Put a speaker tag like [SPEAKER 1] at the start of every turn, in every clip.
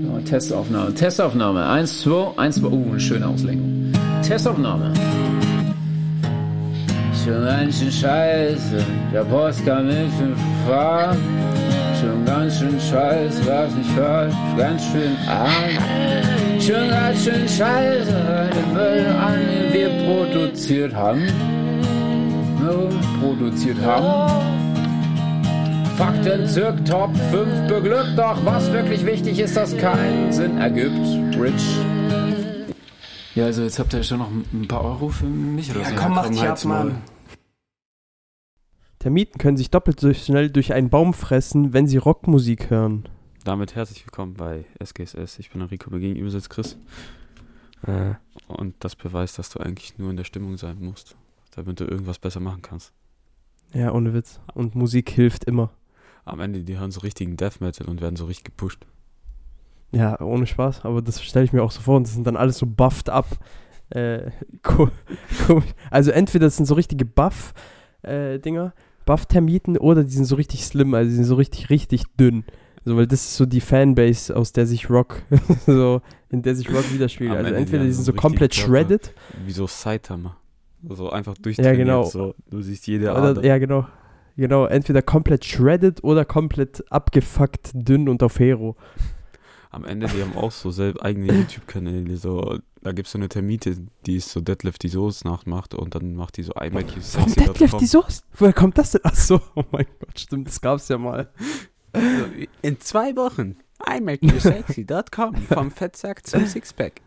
[SPEAKER 1] Ja, Testaufnahme, Testaufnahme. Eins, zwei, eins, zwei. Uh, eine schöne Auslenkung. Testaufnahme. Schon ganz schön scheiße, der Post kann nicht fahren. Schon ganz schön scheiße, was nicht hört. Ganz schön arm. Schon ganz schön scheiße, den Müll an, den wir produziert haben. Ne, produziert haben. Fakten zirk Top 5 beglückt, doch was wirklich wichtig ist, das keinen Sinn ergibt. Rich. Ja, also jetzt habt ihr schon noch ein paar Euro für mich oder
[SPEAKER 2] Ja,
[SPEAKER 1] so.
[SPEAKER 2] komm, mach dich ab,
[SPEAKER 1] halt's Maul.
[SPEAKER 2] Mann.
[SPEAKER 3] Termiten können sich doppelt so schnell durch einen Baum fressen, wenn sie Rockmusik hören.
[SPEAKER 4] Damit herzlich willkommen bei SGSS. Ich bin Enrico, mir gegenüber sitzt Chris.
[SPEAKER 3] Äh.
[SPEAKER 4] Und das beweist, dass du eigentlich nur in der Stimmung sein musst, damit du irgendwas besser machen kannst.
[SPEAKER 3] Ja, ohne Witz. Und Musik hilft immer.
[SPEAKER 4] Am Ende, die hören so richtigen Death Metal und werden so richtig gepusht.
[SPEAKER 3] Ja, ohne Spaß, aber das stelle ich mir auch so vor und das sind dann alles so buffed up. Äh, ko komisch. Also entweder das sind so richtige Buff-Dinger, Buff-Termiten oder die sind so richtig slim, also die sind so richtig, richtig dünn. So, weil das ist so die Fanbase, aus der sich Rock, so, in der sich Rock widerspiegelt.
[SPEAKER 4] Am
[SPEAKER 3] Also
[SPEAKER 4] Ende,
[SPEAKER 3] entweder
[SPEAKER 4] ja,
[SPEAKER 3] die
[SPEAKER 4] so
[SPEAKER 3] sind so
[SPEAKER 4] richtig
[SPEAKER 3] komplett
[SPEAKER 4] Körper.
[SPEAKER 3] shredded,
[SPEAKER 4] Wie so Saitama. So einfach durchtrainiert.
[SPEAKER 3] genau.
[SPEAKER 4] So. Du siehst jede Ader.
[SPEAKER 3] oder, ja genau, genau, entweder komplett shredded oder komplett abgefuckt dünn und auf Hero.
[SPEAKER 4] Am Ende, die haben auch so selb eigene YouTube-Kanäle. So. Da gibt es so eine Termite, die ist so Deadlift die Soße nachmacht und dann macht die so einmal
[SPEAKER 3] Warum Deadlift die Soße? Woher kommt das denn? Ach so, oh mein Gott, stimmt, das gab's ja mal.
[SPEAKER 4] Also, In zwei Wochen. iMakeYouSexy.com vom Fettsack zum Sixpack.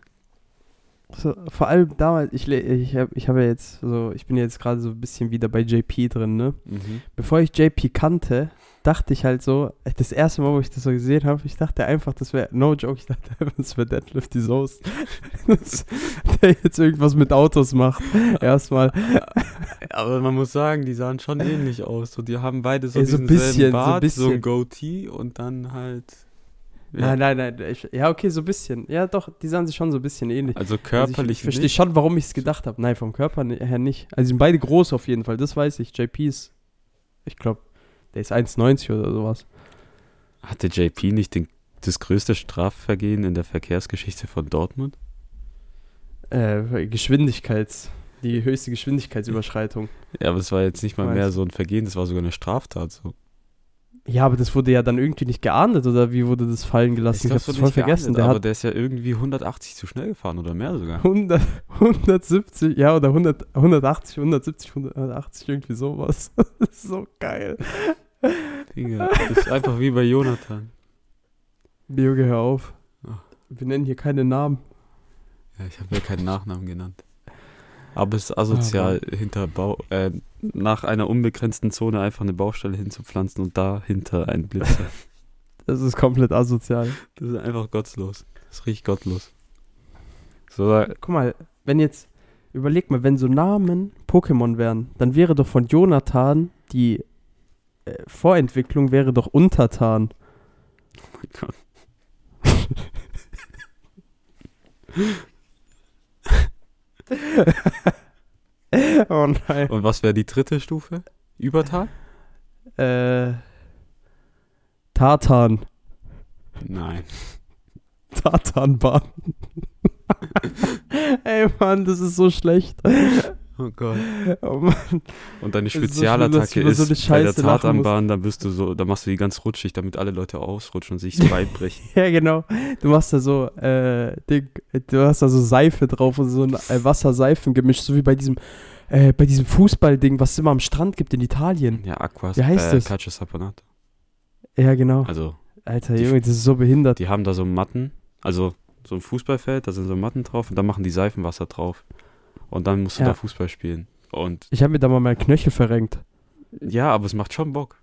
[SPEAKER 3] So, vor allem damals, ich, le- ich habe ich hab ja jetzt so, ich bin jetzt gerade so ein bisschen wieder bei JP drin, ne?
[SPEAKER 4] Mhm.
[SPEAKER 3] Bevor ich JP kannte, dachte ich halt so, ey, das erste Mal, wo ich das so gesehen habe, ich dachte einfach, das wäre, no joke, ich dachte einfach, das wäre Deadlift die Soße. das, der jetzt irgendwas mit Autos macht. Erstmal,
[SPEAKER 4] Aber man muss sagen, die sahen schon ähnlich aus. So, die haben beide so,
[SPEAKER 3] Ja, so ein
[SPEAKER 4] diesen
[SPEAKER 3] bisschen, so
[SPEAKER 4] selben
[SPEAKER 3] ein
[SPEAKER 4] Bart, so,
[SPEAKER 3] bisschen.
[SPEAKER 4] ein Goatee und dann halt. Ja.
[SPEAKER 3] nein, nein, nein, ich, ja, okay, so ein bisschen. Ja, doch, die sahen sich schon so ein bisschen ähnlich.
[SPEAKER 4] Also
[SPEAKER 3] Also
[SPEAKER 4] körperlich
[SPEAKER 3] ich verstehe
[SPEAKER 4] nicht.
[SPEAKER 3] schon, warum ich es gedacht habe. Nein, vom Körper ni- her nicht. Also, die sind beide groß auf jeden Fall, das weiß ich. JP ist, ich glaube, der ist 1,90 oder sowas.
[SPEAKER 4] Hatte JP nicht den, das größte Strafvergehen in der Verkehrsgeschichte von Dortmund?
[SPEAKER 3] Äh, Geschwindigkeits, die höchste Geschwindigkeitsüberschreitung.
[SPEAKER 4] Ja, aber es war jetzt nicht mal
[SPEAKER 3] Weiß.
[SPEAKER 4] mehr so ein Vergehen, das war sogar eine Straftat. So.
[SPEAKER 3] Ja, aber das wurde ja dann irgendwie nicht geahndet oder wie wurde das fallen gelassen? Ich,
[SPEAKER 4] glaub,
[SPEAKER 3] hab's
[SPEAKER 4] es wurde
[SPEAKER 3] voll
[SPEAKER 4] nicht
[SPEAKER 3] vergessen.
[SPEAKER 4] geahndet,
[SPEAKER 3] Der
[SPEAKER 4] aber
[SPEAKER 3] hat
[SPEAKER 4] der ist ja irgendwie 180 zu schnell gefahren oder mehr sogar.
[SPEAKER 3] 100, 170, ja, oder 100, 180, 170, 180, irgendwie sowas. Das ist so geil.
[SPEAKER 4] Digga, das ist einfach wie bei Jonathan.
[SPEAKER 3] Bioge, hör auf.
[SPEAKER 4] Ach.
[SPEAKER 3] Wir nennen hier keine Namen.
[SPEAKER 4] Ja, ich habe ja keinen Nachnamen genannt. Aber es ist asozial, hinter Bau, äh, nach einer unbegrenzten Zone einfach eine Baustelle hinzupflanzen und dahinter einen Blitzer.
[SPEAKER 3] Das ist komplett asozial.
[SPEAKER 4] Das ist einfach gottlos. Das ist richtig gottlos. So,
[SPEAKER 3] Guck mal, wenn jetzt, überleg mal, wenn so Namen Pokémon wären, dann wäre doch von Jonathan die äh, Vorentwicklung wäre doch Untertan.
[SPEAKER 4] Oh mein Gott.
[SPEAKER 3] oh nein.
[SPEAKER 4] Und was wäre die dritte Stufe? Übertal?
[SPEAKER 3] Äh, Tartan.
[SPEAKER 4] Nein.
[SPEAKER 3] Tartanbahn. Ey, Mann, das ist so schlecht.
[SPEAKER 4] Oh Gott.
[SPEAKER 3] Oh Mann.
[SPEAKER 4] Und deine
[SPEAKER 3] ist so schlimm, dass
[SPEAKER 4] Spezialattacke
[SPEAKER 3] ich über
[SPEAKER 4] ist,
[SPEAKER 3] so eine
[SPEAKER 4] bei der
[SPEAKER 3] Scheiße lachen
[SPEAKER 4] Tatanbahn, dann bist du so, da machst du die ganz rutschig, damit alle Leute ausrutschen und sich das Bein brechen.
[SPEAKER 3] Ja, genau. Du machst da so, äh, Ding, du hast da so Seife drauf und so ein äh, Wasserseifengemisch, so wie bei diesem, äh, bei diesem Fußballding, was es immer am Strand gibt in Italien.
[SPEAKER 4] Ja, Aquas,
[SPEAKER 3] Wie heißt
[SPEAKER 4] äh,
[SPEAKER 3] das?
[SPEAKER 4] Calcio Saponato.
[SPEAKER 3] Ja, genau.
[SPEAKER 4] Also,
[SPEAKER 3] Alter,
[SPEAKER 4] Die-
[SPEAKER 3] Junge, das ist so behindert.
[SPEAKER 4] Die haben da so Matten, also so ein Fußballfeld, da sind so Matten drauf und da machen die Seifenwasser drauf. Und dann musst du
[SPEAKER 3] Ja.
[SPEAKER 4] da Fußball spielen. Und
[SPEAKER 3] Ich habe mir da mal meinen Knöchel verrenkt.
[SPEAKER 4] ja, aber es macht schon Bock.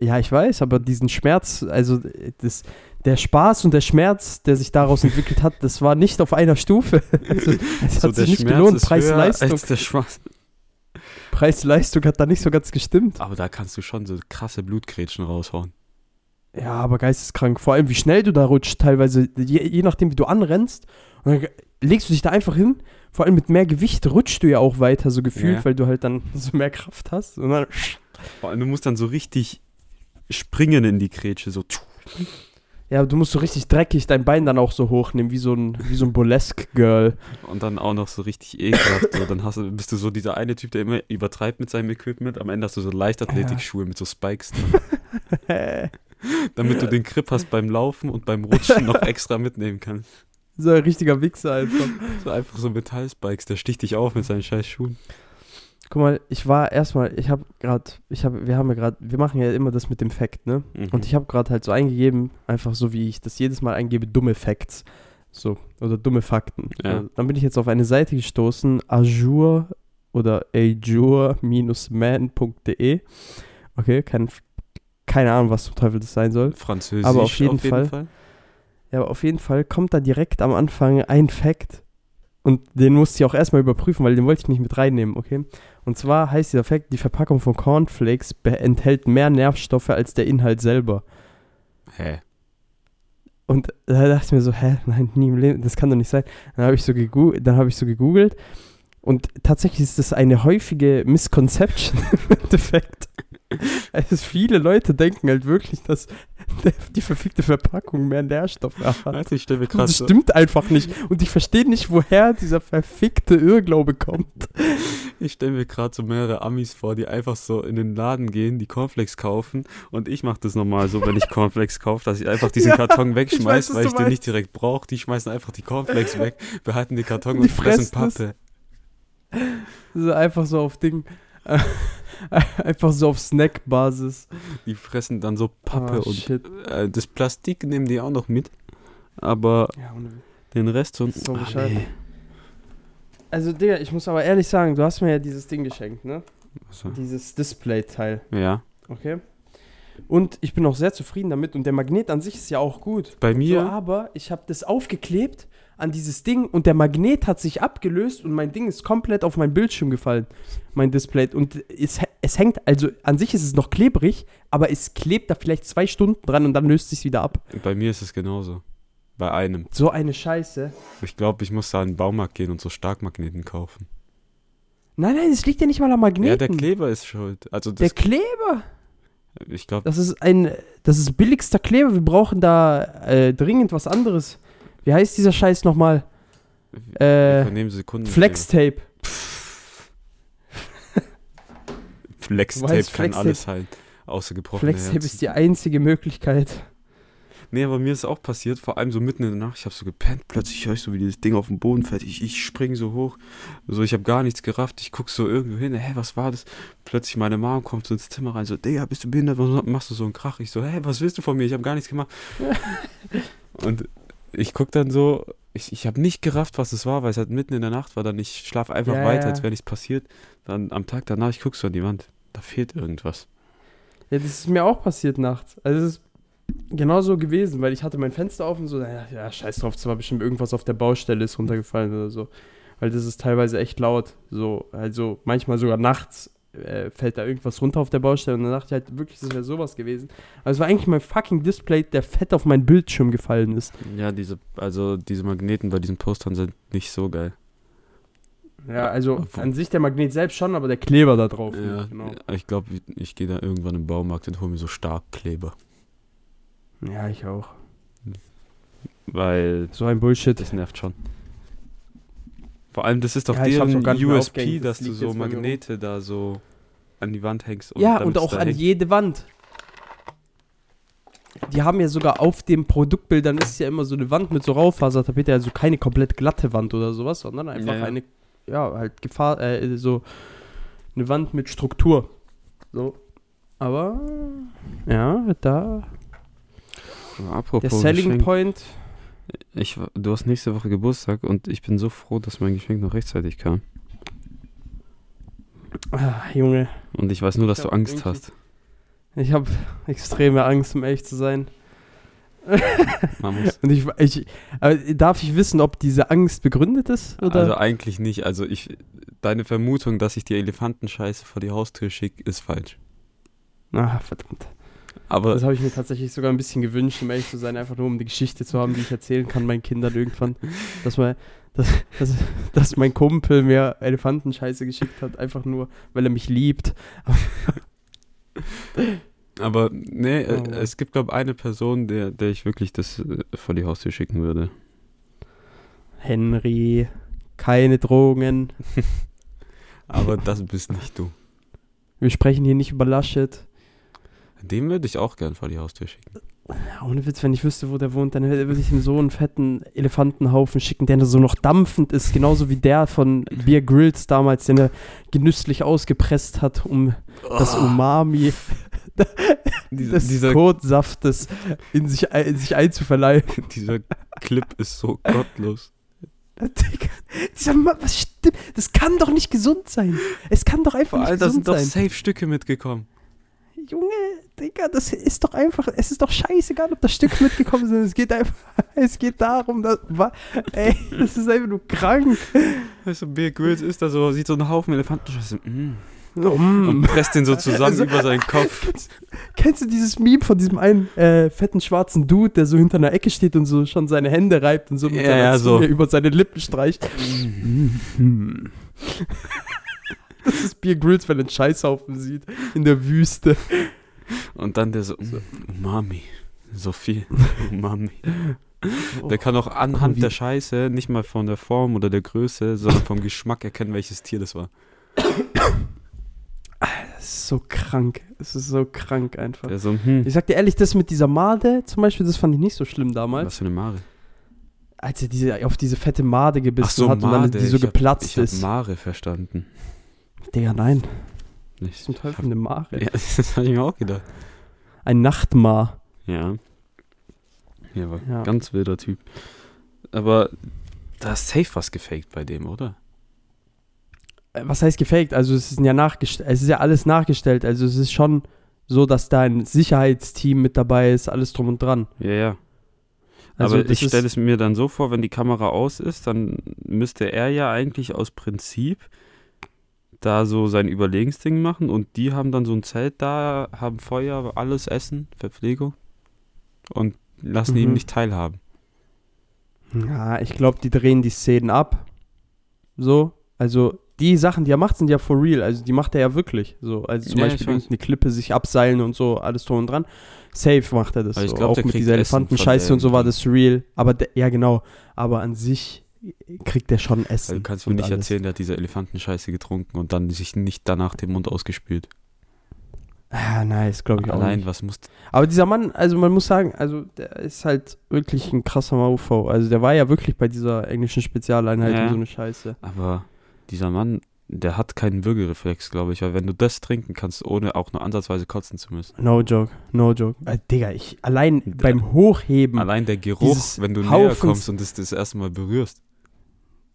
[SPEAKER 3] Ja, ich weiß, aber diesen Schmerz, also äh, das, der Spaß und der Schmerz, der sich daraus entwickelt hat, das war nicht auf einer Stufe. Also, es hat sich nicht gelohnt. Preis-Leistung
[SPEAKER 4] als der Schmerz.
[SPEAKER 3] Preis-Leistung hat da nicht so ganz gestimmt.
[SPEAKER 4] Aber da kannst du schon so krasse Blutgrätschen raushauen.
[SPEAKER 3] Ja, aber geisteskrank. Vor allem, wie schnell du da rutscht, teilweise, je, je nachdem, wie du anrennst. Und dann ge- legst du dich da einfach hin. Vor allem mit mehr Gewicht rutschst du ja auch weiter, so gefühlt,
[SPEAKER 4] Ja.
[SPEAKER 3] weil du halt dann so mehr Kraft hast. Und dann,
[SPEAKER 4] Vor allem, Du musst dann so richtig springen in die Grätsche, so. tschu.
[SPEAKER 3] Ja, aber du musst so richtig dreckig dein Bein dann auch so hochnehmen, wie so ein, wie so ein Burlesque-Girl.
[SPEAKER 4] Und dann auch noch so richtig ekelhaft. So. Dann hast, du- bist du so dieser eine Typ, der immer übertreibt mit seinem Equipment. Am Ende hast du so Leichtathletikschuhe mit so Spikes drin. Damit du den Grip hast beim Laufen und beim Rutschen noch extra mitnehmen kannst.
[SPEAKER 3] so ein richtiger Wichser einfach.
[SPEAKER 4] So einfach so Metallspikes, der sticht dich auf mit seinen scheiß Schuhen.
[SPEAKER 3] Guck mal, ich war erstmal, ich habe gerade, ich habe, wir haben ja gerade, wir machen ja immer das mit dem Fact, ne?
[SPEAKER 4] Mhm.
[SPEAKER 3] Und ich habe gerade halt so eingegeben, einfach so wie ich das jedes Mal eingebe, dumme Facts. So, oder dumme Fakten.
[SPEAKER 4] Ja.
[SPEAKER 3] Äh, Dann bin ich jetzt auf eine Seite gestoßen, Azure oder azure-man.de. Okay, kein, keine Ahnung, was zum Teufel das sein soll.
[SPEAKER 4] Französisch
[SPEAKER 3] Aber auf jeden Fall. Ja, aber auf jeden Fall kommt da direkt am Anfang ein Fact. Und den musste ich auch erstmal überprüfen, weil den wollte ich nicht mit reinnehmen, okay? Und zwar heißt dieser Fact, die Verpackung von Cornflakes be- enthält mehr Nährstoffe als der Inhalt selber.
[SPEAKER 4] Hä?
[SPEAKER 3] Und da dachte ich mir so, hä, nein, nie im Leben, das kann doch nicht sein. Dann habe ich, so gegoo- dann habe ich so gegoogelt und tatsächlich ist das eine häufige Misconception im Endeffekt. Also viele Leute denken halt wirklich, dass der- die verfickte Verpackung mehr Nährstoffe hat.
[SPEAKER 4] Also ich stelle mir
[SPEAKER 3] Und
[SPEAKER 4] krass
[SPEAKER 3] Ah. das
[SPEAKER 4] so-
[SPEAKER 3] stimmt einfach nicht. Und ich verstehe nicht, woher dieser verfickte Irrglaube kommt.
[SPEAKER 4] Ich stelle mir gerade so mehrere Amis vor, die einfach so in den Laden gehen, die Cornflakes kaufen. Und ich mache das normal so, wenn ich Cornflakes kaufe, dass ich einfach diesen
[SPEAKER 3] Ja,
[SPEAKER 4] Karton
[SPEAKER 3] ich weiß,
[SPEAKER 4] wegschmeiß,
[SPEAKER 3] was
[SPEAKER 4] weil
[SPEAKER 3] du
[SPEAKER 4] ich den
[SPEAKER 3] meinst.
[SPEAKER 4] nicht direkt brauche. Die schmeißen einfach die Cornflakes weg, behalten den Karton
[SPEAKER 3] Die
[SPEAKER 4] und fressen
[SPEAKER 3] fressen das.
[SPEAKER 4] Pappe.
[SPEAKER 3] Das ist einfach so auf Ding. äh, Einfach so auf Snack-Basis.
[SPEAKER 4] Die fressen dann so Pappe
[SPEAKER 3] Ah,
[SPEAKER 4] und
[SPEAKER 3] shit.
[SPEAKER 4] äh, das Plastik nehmen die auch noch mit. Aber
[SPEAKER 3] Ja, ohne
[SPEAKER 4] den Rest und.
[SPEAKER 3] So
[SPEAKER 4] Ah,
[SPEAKER 3] bescheuert. Also, Digga, ich muss aber ehrlich sagen, du hast mir ja dieses Ding geschenkt, ne?
[SPEAKER 4] Also,
[SPEAKER 3] Dieses Display-Teil,
[SPEAKER 4] ja.
[SPEAKER 3] okay? Und ich bin auch sehr zufrieden damit und der Magnet an sich ist ja auch gut.
[SPEAKER 4] Bei mir.
[SPEAKER 3] So, aber ich habe das aufgeklebt an dieses Ding und der Magnet hat sich abgelöst und mein Ding ist komplett auf mein Bildschirm gefallen, mein Display. Und es, es hängt, also an sich ist es noch klebrig, aber es klebt da vielleicht zwei Stunden dran und dann löst sich wieder ab.
[SPEAKER 4] Bei mir ist es genauso. Bei einem.
[SPEAKER 3] So eine Scheiße.
[SPEAKER 4] Ich glaube, ich muss da in den Baumarkt gehen und so Starkmagneten kaufen.
[SPEAKER 3] Nein, nein, es liegt ja nicht mal am Magneten.
[SPEAKER 4] Ja, der Kleber ist schuld. Also
[SPEAKER 3] Der
[SPEAKER 4] das,
[SPEAKER 3] Kleber.
[SPEAKER 4] ich glaube,
[SPEAKER 3] Das ist ein, das ist billigster Kleber. Wir brauchen da äh, dringend was anderes. Wie heißt dieser Scheiß nochmal?
[SPEAKER 4] wir
[SPEAKER 3] Äh,
[SPEAKER 4] vernehmen Sekunden.
[SPEAKER 3] Flextape. Du
[SPEAKER 4] Flextape
[SPEAKER 3] weißt,
[SPEAKER 4] kann
[SPEAKER 3] Flextape-
[SPEAKER 4] alles heilen. Außer gebrochene
[SPEAKER 3] Flextape
[SPEAKER 4] Herzen.
[SPEAKER 3] ist die einzige Möglichkeit.
[SPEAKER 4] Nee, aber mir ist auch passiert, vor allem so mitten in der Nacht, ich habe so gepennt, plötzlich höre ich so, wie dieses Ding auf den Boden fällt. Ich, ich springe so hoch, so ich habe gar nichts gerafft, ich gucke so irgendwo hin, hä, was war das? Plötzlich meine Mom kommt so ins Zimmer rein, so, Digga, bist du behindert, was machst du so einen Krach? Ich so, hä, was willst du von mir? Ich habe gar nichts gemacht. Und ich gucke dann so, ich, ich habe nicht gerafft, was es war, weil es halt mitten in der Nacht war, dann ich schlafe einfach
[SPEAKER 3] Ja,
[SPEAKER 4] weiter,
[SPEAKER 3] ja.
[SPEAKER 4] als wäre nichts passiert. Dann am Tag danach, ich gucke so an die Wand, da fehlt irgendwas.
[SPEAKER 3] Ja, das ist mir auch passiert nachts. Also es ist genau so gewesen, weil ich hatte mein Fenster auf und so, naja, ja, scheiß drauf, zwar bestimmt irgendwas auf der Baustelle ist runtergefallen oder so. Weil das ist teilweise echt laut. So, also manchmal sogar nachts äh, fällt da irgendwas runter auf der Baustelle und dann dachte ich halt wirklich, das wäre sowas gewesen. Aber es war eigentlich mein fucking Display, der fett auf meinen Bildschirm gefallen ist.
[SPEAKER 4] Ja, diese, also diese Magneten bei diesen Postern sind nicht so geil.
[SPEAKER 3] Ja, also an sich der Magnet selbst schon, aber der Kleber da drauf.
[SPEAKER 4] Ja,
[SPEAKER 3] genau.
[SPEAKER 4] ich glaube, ich gehe da irgendwann im Baumarkt und hole mir so Starkkleber.
[SPEAKER 3] ja, ich auch.
[SPEAKER 4] Weil
[SPEAKER 3] So ein Bullshit.
[SPEAKER 4] das nervt schon. Vor allem, das ist doch
[SPEAKER 3] Ja, ich hab's
[SPEAKER 4] deren
[SPEAKER 3] auch gar nicht mehr
[SPEAKER 4] USP,
[SPEAKER 3] aufgehängt, das
[SPEAKER 4] dass du
[SPEAKER 3] liegt
[SPEAKER 4] so
[SPEAKER 3] jetzt bei mir rum.
[SPEAKER 4] Magnete da so an die Wand hängst.
[SPEAKER 3] ja,
[SPEAKER 4] damit's
[SPEAKER 3] und auch
[SPEAKER 4] da
[SPEAKER 3] an
[SPEAKER 4] hängt.
[SPEAKER 3] jede Wand. Die haben ja sogar auf den Produktbildern ist ja immer so eine Wand mit so Raufasertapete, also keine komplett glatte Wand oder sowas, sondern einfach
[SPEAKER 4] Ja, ja.
[SPEAKER 3] eine, ja, halt Gefahr, äh, so eine Wand mit Struktur. So. Aber, ja, da, der
[SPEAKER 4] Apropos
[SPEAKER 3] Selling
[SPEAKER 4] Geschenk.
[SPEAKER 3] Point.
[SPEAKER 4] Ich, wa- du hast nächste Woche Geburtstag und ich bin so froh, dass mein Geschenk noch rechtzeitig kam.
[SPEAKER 3] Ah, Junge,
[SPEAKER 4] Und ich weiß nur, dass
[SPEAKER 3] Ja,
[SPEAKER 4] du Angst
[SPEAKER 3] irgendwie.
[SPEAKER 4] hast.
[SPEAKER 3] ich habe extreme Angst, um ehrlich zu sein.
[SPEAKER 4] Man muss,
[SPEAKER 3] Und ich, ich äh, darf ich wissen, ob diese Angst begründet ist? Oder?
[SPEAKER 4] also eigentlich nicht. Also ich, deine Vermutung, dass ich die Elefantenscheiße vor die Haustür schicke, ist falsch.
[SPEAKER 3] ah, verdammt.
[SPEAKER 4] Aber
[SPEAKER 3] Das habe ich mir tatsächlich sogar ein bisschen gewünscht, um ehrlich zu sein, einfach nur um eine Geschichte zu haben, die ich erzählen kann meinen Kindern irgendwann. Dass, mein, dass, dass, dass mein Kumpel mir Elefantenscheiße geschickt hat, einfach nur, weil er mich liebt.
[SPEAKER 4] Aber nee, äh,
[SPEAKER 3] Oh.
[SPEAKER 4] es gibt, glaube ich, eine Person, der, der ich wirklich das äh, vor die Haustür schicken würde.
[SPEAKER 3] Henry, keine Drogen.
[SPEAKER 4] Aber das bist nicht du.
[SPEAKER 3] Wir sprechen hier nicht über Laschet.
[SPEAKER 4] Den würde ich auch gern vor die Haustür schicken.
[SPEAKER 3] Ja, ohne Witz, wenn ich wüsste, wo der wohnt, dann würde ich ihm so einen fetten Elefantenhaufen schicken, der so noch dampfend ist, genauso wie der von Beer Grylls damals, den er genüsslich ausgepresst hat, um
[SPEAKER 4] Oh,
[SPEAKER 3] das Umami
[SPEAKER 4] Dieser,
[SPEAKER 3] des
[SPEAKER 4] dieser,
[SPEAKER 3] Kotsaftes in sich, ei- in sich einzuverleihen.
[SPEAKER 4] dieser Clip ist so gottlos.
[SPEAKER 3] Digga, Dieser Mann, was stimmt? Das kann doch nicht gesund sein. Es kann doch einfach
[SPEAKER 4] Vor allem,
[SPEAKER 3] nicht
[SPEAKER 4] da
[SPEAKER 3] gesund
[SPEAKER 4] sind doch
[SPEAKER 3] sein.
[SPEAKER 4] Safe-Stücke mitgekommen.
[SPEAKER 3] Junge, Digga, das ist doch einfach, es ist doch scheißegal, ob das Stück mitgekommen ist. Es geht einfach, es geht darum, dass, wa- ey, das ist einfach nur krank.
[SPEAKER 4] Weißt du, Bear Grylls ist da so, sieht so einen Haufen Elefantenscheiße mm,
[SPEAKER 3] Oh,
[SPEAKER 4] und
[SPEAKER 3] mm.
[SPEAKER 4] presst den so zusammen
[SPEAKER 3] Also-
[SPEAKER 4] über seinen Kopf.
[SPEAKER 3] Kennst du dieses Meme von diesem einen äh, fetten schwarzen Dude, der so hinter einer Ecke steht und so schon seine Hände reibt und so mit
[SPEAKER 4] Ja,
[SPEAKER 3] seiner
[SPEAKER 4] ja, so.
[SPEAKER 3] Zunge über seine Lippen streicht? Das ist Beer Grylls, wenn er einen Scheißhaufen sieht in der Wüste.
[SPEAKER 4] Und dann der so, mm, Umami. So viel Umami. Der kann auch anhand
[SPEAKER 3] wie-
[SPEAKER 4] der Scheiße, nicht mal von der Form oder der Größe, sondern vom Geschmack erkennen, welches Tier das war.
[SPEAKER 3] Das ist so krank. Es ist so krank einfach.
[SPEAKER 4] Der so, hm,
[SPEAKER 3] Ich sag dir ehrlich, das mit dieser Made zum Beispiel, das fand ich nicht so schlimm damals.
[SPEAKER 4] was für eine Mare.
[SPEAKER 3] Als er diese, auf diese fette Made gebissen hat und dann die so
[SPEAKER 4] ich hab-
[SPEAKER 3] geplatzt
[SPEAKER 4] ich hab
[SPEAKER 3] ist.
[SPEAKER 4] Mare verstanden.
[SPEAKER 3] Digga, nein.
[SPEAKER 4] Nicht.
[SPEAKER 3] Zum Teufel eine Mare.
[SPEAKER 4] Ja, das habe ich mir auch gedacht.
[SPEAKER 3] Ein Nachtmar.
[SPEAKER 4] Ja. Ja, war
[SPEAKER 3] Ja.
[SPEAKER 4] ganz wilder Typ. Aber da ist safe was gefaked bei dem, oder?
[SPEAKER 3] Äh, Was heißt gefaked? Also es ist ja nachgestellt, es ist ja alles nachgestellt. Also es ist schon so, dass da ein Sicherheitsteam mit dabei ist, alles drum und dran.
[SPEAKER 4] Ja, ja.
[SPEAKER 3] Also
[SPEAKER 4] Aber
[SPEAKER 3] das
[SPEAKER 4] ich
[SPEAKER 3] ist-
[SPEAKER 4] stelle es mir dann so vor, wenn die Kamera aus ist, dann müsste er ja eigentlich aus Prinzip da so sein Überlegensding machen und die haben dann so ein Zelt da, haben Feuer, alles Essen, Verpflegung und lassen ihn
[SPEAKER 3] Mhm.
[SPEAKER 4] nicht teilhaben.
[SPEAKER 3] Ja, ich glaube, die drehen die Szenen ab. So, also die Sachen, die er macht, sind ja for real. Also die macht er ja wirklich. So, also zum
[SPEAKER 4] Ja, ich
[SPEAKER 3] Beispiel
[SPEAKER 4] weiß.
[SPEAKER 3] irgendeine Klippe sich abseilen und so, alles drum und dran. Safe macht er das.
[SPEAKER 4] Aber ich
[SPEAKER 3] so.
[SPEAKER 4] glaub,
[SPEAKER 3] Auch
[SPEAKER 4] der
[SPEAKER 3] mit
[SPEAKER 4] kriegt
[SPEAKER 3] dieser
[SPEAKER 4] Essen von
[SPEAKER 3] Elefantenscheiße
[SPEAKER 4] der
[SPEAKER 3] und so war
[SPEAKER 4] irgendwie.
[SPEAKER 3] das real. Aber der, ja, genau. Aber an sich kriegt er schon Essen.
[SPEAKER 4] Also du kannst mir
[SPEAKER 3] und
[SPEAKER 4] nicht
[SPEAKER 3] alles.
[SPEAKER 4] erzählen, der hat diese Elefantenscheiße getrunken und dann sich nicht danach den Mund ausgespült.
[SPEAKER 3] Ah, nein, das glaube ich auch
[SPEAKER 4] Allein,
[SPEAKER 3] nicht.
[SPEAKER 4] was muss
[SPEAKER 3] Aber dieser Mann, also man muss sagen, also der ist halt wirklich ein krasser Maufo. Also der war ja wirklich bei dieser englischen Spezialeinheit
[SPEAKER 4] Ja.
[SPEAKER 3] und so eine Scheiße.
[SPEAKER 4] Aber dieser Mann, der hat keinen Würgereflex, glaube ich, weil wenn du das trinken kannst, ohne auch nur ansatzweise kotzen zu müssen.
[SPEAKER 3] No joke, no joke. Äh, Digga, ich allein beim Hochheben.
[SPEAKER 4] Allein der Geruch,
[SPEAKER 3] Dieses
[SPEAKER 4] wenn du näher
[SPEAKER 3] Haufens-
[SPEAKER 4] kommst und es das erste Mal berührst.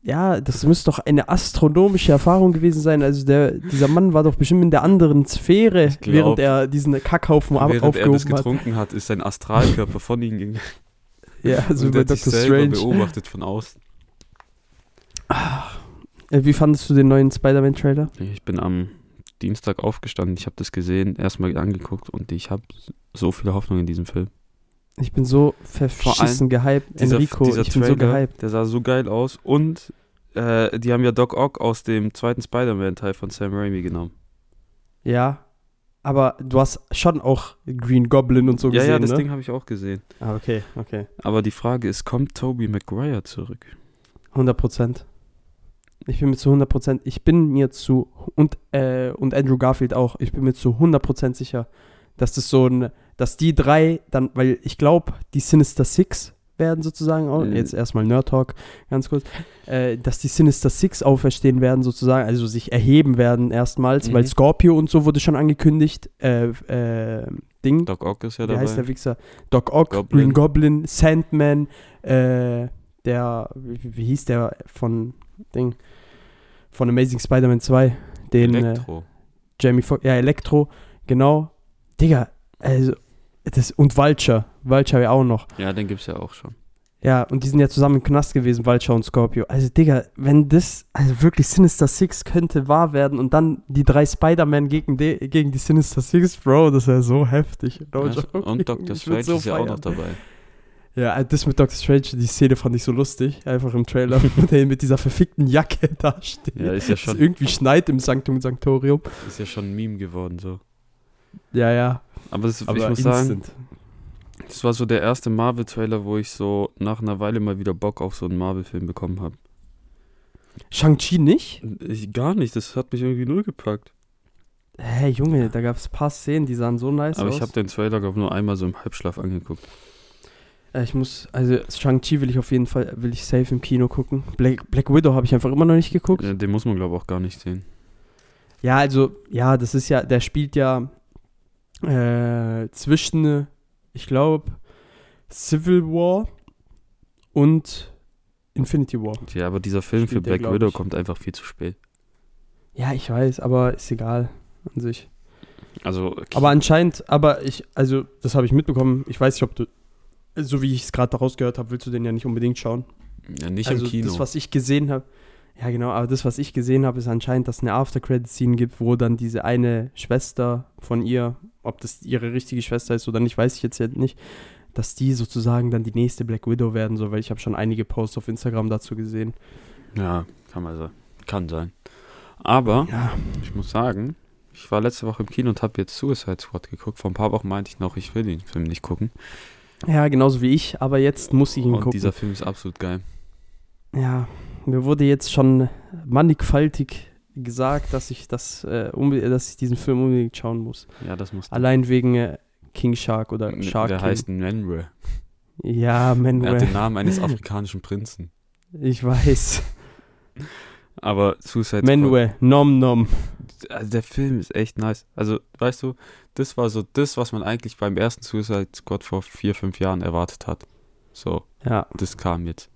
[SPEAKER 3] Ja, das müsste doch eine astronomische Erfahrung gewesen sein. Also der, dieser Mann war doch bestimmt in der anderen Sphäre,
[SPEAKER 4] glaub,
[SPEAKER 3] während er diesen Kackhaufen ab,
[SPEAKER 4] Während er das
[SPEAKER 3] aufgehoben hat.
[SPEAKER 4] getrunken hat, ist sein Astralkörper von ihm gegangen.
[SPEAKER 3] Ja, also
[SPEAKER 4] und
[SPEAKER 3] über
[SPEAKER 4] er hat sich
[SPEAKER 3] Dr.
[SPEAKER 4] selber
[SPEAKER 3] Strange.
[SPEAKER 4] beobachtet von außen.
[SPEAKER 3] Äh, Wie fandest du den neuen Spider-Man-Trailer?
[SPEAKER 4] Ich bin am Dienstag aufgestanden, ich habe das gesehen, erstmal angeguckt und ich habe so viele Hoffnungen in diesem Film.
[SPEAKER 3] Ich bin so verschissen gehypt.
[SPEAKER 4] dieser,
[SPEAKER 3] Enrico,
[SPEAKER 4] dieser
[SPEAKER 3] ich bin
[SPEAKER 4] Trailer,
[SPEAKER 3] so gehypt.
[SPEAKER 4] der sah so geil aus und äh, die haben ja Doc Ock aus dem zweiten Spider-Man-Teil von Sam Raimi genommen.
[SPEAKER 3] Ja, aber du hast schon auch Green Goblin und so
[SPEAKER 4] ja,
[SPEAKER 3] gesehen,
[SPEAKER 4] ja, das
[SPEAKER 3] ne?
[SPEAKER 4] Ding habe ich auch gesehen.
[SPEAKER 3] Ah, okay, okay.
[SPEAKER 4] Aber die Frage ist, kommt Tobey Maguire zurück?
[SPEAKER 3] 100 Prozent. Ich bin mir zu 100 Prozent, ich bin mir zu, und, äh, und Andrew Garfield auch, ich bin mir zu 100 Prozent sicher, dass das so ein, dass die drei dann, weil ich glaube, die Sinister Six werden sozusagen, auch,
[SPEAKER 4] Mhm.
[SPEAKER 3] jetzt erstmal Nerd Talk, ganz kurz, äh, dass die Sinister Six auferstehen werden sozusagen, also sich erheben werden erstmals,
[SPEAKER 4] Mhm.
[SPEAKER 3] weil Scorpio und so wurde schon angekündigt, äh, äh, Ding,
[SPEAKER 4] Doc Ock ist ja
[SPEAKER 3] wie
[SPEAKER 4] dabei.
[SPEAKER 3] heißt der Wichser? Doc Ock,
[SPEAKER 4] Goblin.
[SPEAKER 3] Green Goblin, Sandman, äh, der, wie, wie hieß der von Ding? Von Amazing Spider-Man 2, den äh,
[SPEAKER 4] Elektro.
[SPEAKER 3] Jamie Foxx, ja, Elektro, genau. Digga, also, das, und Vulture, Vulture ja auch noch.
[SPEAKER 4] Ja, den gibt's ja auch schon.
[SPEAKER 3] Ja, und die sind ja zusammen im Knast gewesen, Vulture und Scorpio. Also, Digga, wenn das, also wirklich Sinister Six könnte wahr werden und dann die drei Spider-Man gegen, die- gegen die Sinister Six, Bro, das wäre so heftig. No
[SPEAKER 4] Ja,
[SPEAKER 3] joke.
[SPEAKER 4] und Dr.
[SPEAKER 3] Ich würd
[SPEAKER 4] Strange
[SPEAKER 3] so
[SPEAKER 4] ist ja auch
[SPEAKER 3] feiern.
[SPEAKER 4] noch dabei.
[SPEAKER 3] Ja, äh, das mit Dr. Strange, die Szene fand ich so lustig, einfach im Trailer, wo der mit dieser verfickten Jacke dasteht.
[SPEAKER 4] Ja, ist ja
[SPEAKER 3] Es
[SPEAKER 4] schon,
[SPEAKER 3] irgendwie schneit im Sanctum Sanctorium.
[SPEAKER 4] ist ja schon ein Meme geworden so.
[SPEAKER 3] Ja, ja.
[SPEAKER 4] Aber das,
[SPEAKER 3] Aber
[SPEAKER 4] ich muss sagen,
[SPEAKER 3] instant.
[SPEAKER 4] das war so der erste Marvel-Trailer, wo ich so nach einer Weile mal wieder Bock auf so einen Marvel-Film bekommen habe.
[SPEAKER 3] Shang-Chi nicht?
[SPEAKER 4] Ich- Gar nicht, das hat mich irgendwie null gepackt.
[SPEAKER 3] Hä, Junge, da gab es ein paar Szenen, die sahen so nice
[SPEAKER 4] Aber
[SPEAKER 3] aus.
[SPEAKER 4] ich habe den Trailer, glaube ich, nur einmal so im Halbschlaf angeguckt.
[SPEAKER 3] Äh, ich muss, also Shang-Chi will ich auf jeden Fall, will ich safe im Kino gucken. Black, Black Widow habe ich einfach immer noch nicht geguckt.
[SPEAKER 4] Äh, Den muss man, glaube ich, auch gar nicht sehen.
[SPEAKER 3] Ja, also, ja, das ist ja, der spielt ja äh, zwischen, ich glaube, Civil War und Infinity War.
[SPEAKER 4] Ja, aber dieser Film für
[SPEAKER 3] Spielt der,
[SPEAKER 4] Black
[SPEAKER 3] glaub
[SPEAKER 4] Widow
[SPEAKER 3] ich.
[SPEAKER 4] kommt einfach viel zu spät.
[SPEAKER 3] Ja, ich weiß, aber ist egal an sich.
[SPEAKER 4] Also, okay.
[SPEAKER 3] Aber anscheinend, aber ich, also, das habe ich mitbekommen. Ich weiß nicht, ob du, so wie ich es gerade daraus gehört habe, willst du den ja nicht unbedingt schauen.
[SPEAKER 4] ja, nicht
[SPEAKER 3] also
[SPEAKER 4] im Kino.
[SPEAKER 3] das, was ich gesehen habe, ja genau, aber das, was ich gesehen habe, ist anscheinend, dass es eine After-Credit-Scene gibt, wo dann diese eine Schwester von ihr, ob das ihre richtige Schwester ist oder nicht, weiß ich jetzt ja nicht, dass die sozusagen dann die nächste Black Widow werden soll, weil ich habe schon einige Posts auf Instagram dazu gesehen.
[SPEAKER 4] ja, kann man sagen. Kann sein. Aber
[SPEAKER 3] Ja.
[SPEAKER 4] ich muss sagen, ich war letzte Woche im Kino und habe jetzt Suicide Squad geguckt. Vor ein paar Wochen meinte ich noch, ich will den Film nicht gucken.
[SPEAKER 3] Ja, genauso wie ich, aber jetzt muss ich ihn
[SPEAKER 4] Und
[SPEAKER 3] gucken.
[SPEAKER 4] dieser Film ist absolut geil.
[SPEAKER 3] Ja, mir wurde jetzt schon mannigfaltig gesagt, dass ich das, äh, unbe- dass ich diesen Film unbedingt schauen muss.
[SPEAKER 4] Ja, das muss
[SPEAKER 3] Allein wegen äh, King Shark oder Shark
[SPEAKER 4] Der
[SPEAKER 3] King.
[SPEAKER 4] heißt Nenre.
[SPEAKER 3] ja,
[SPEAKER 4] Er hat
[SPEAKER 3] Manware.
[SPEAKER 4] den Namen eines afrikanischen Prinzen.
[SPEAKER 3] Ich weiß.
[SPEAKER 4] Aber Suicide Squad.
[SPEAKER 3] Manware, Nom Nom.
[SPEAKER 4] Also der Film ist echt nice. Also, weißt du, das war so das, was man eigentlich beim ersten Suicide Squad vor vier, fünf Jahren erwartet hat. So,
[SPEAKER 3] Ja,
[SPEAKER 4] das kam jetzt.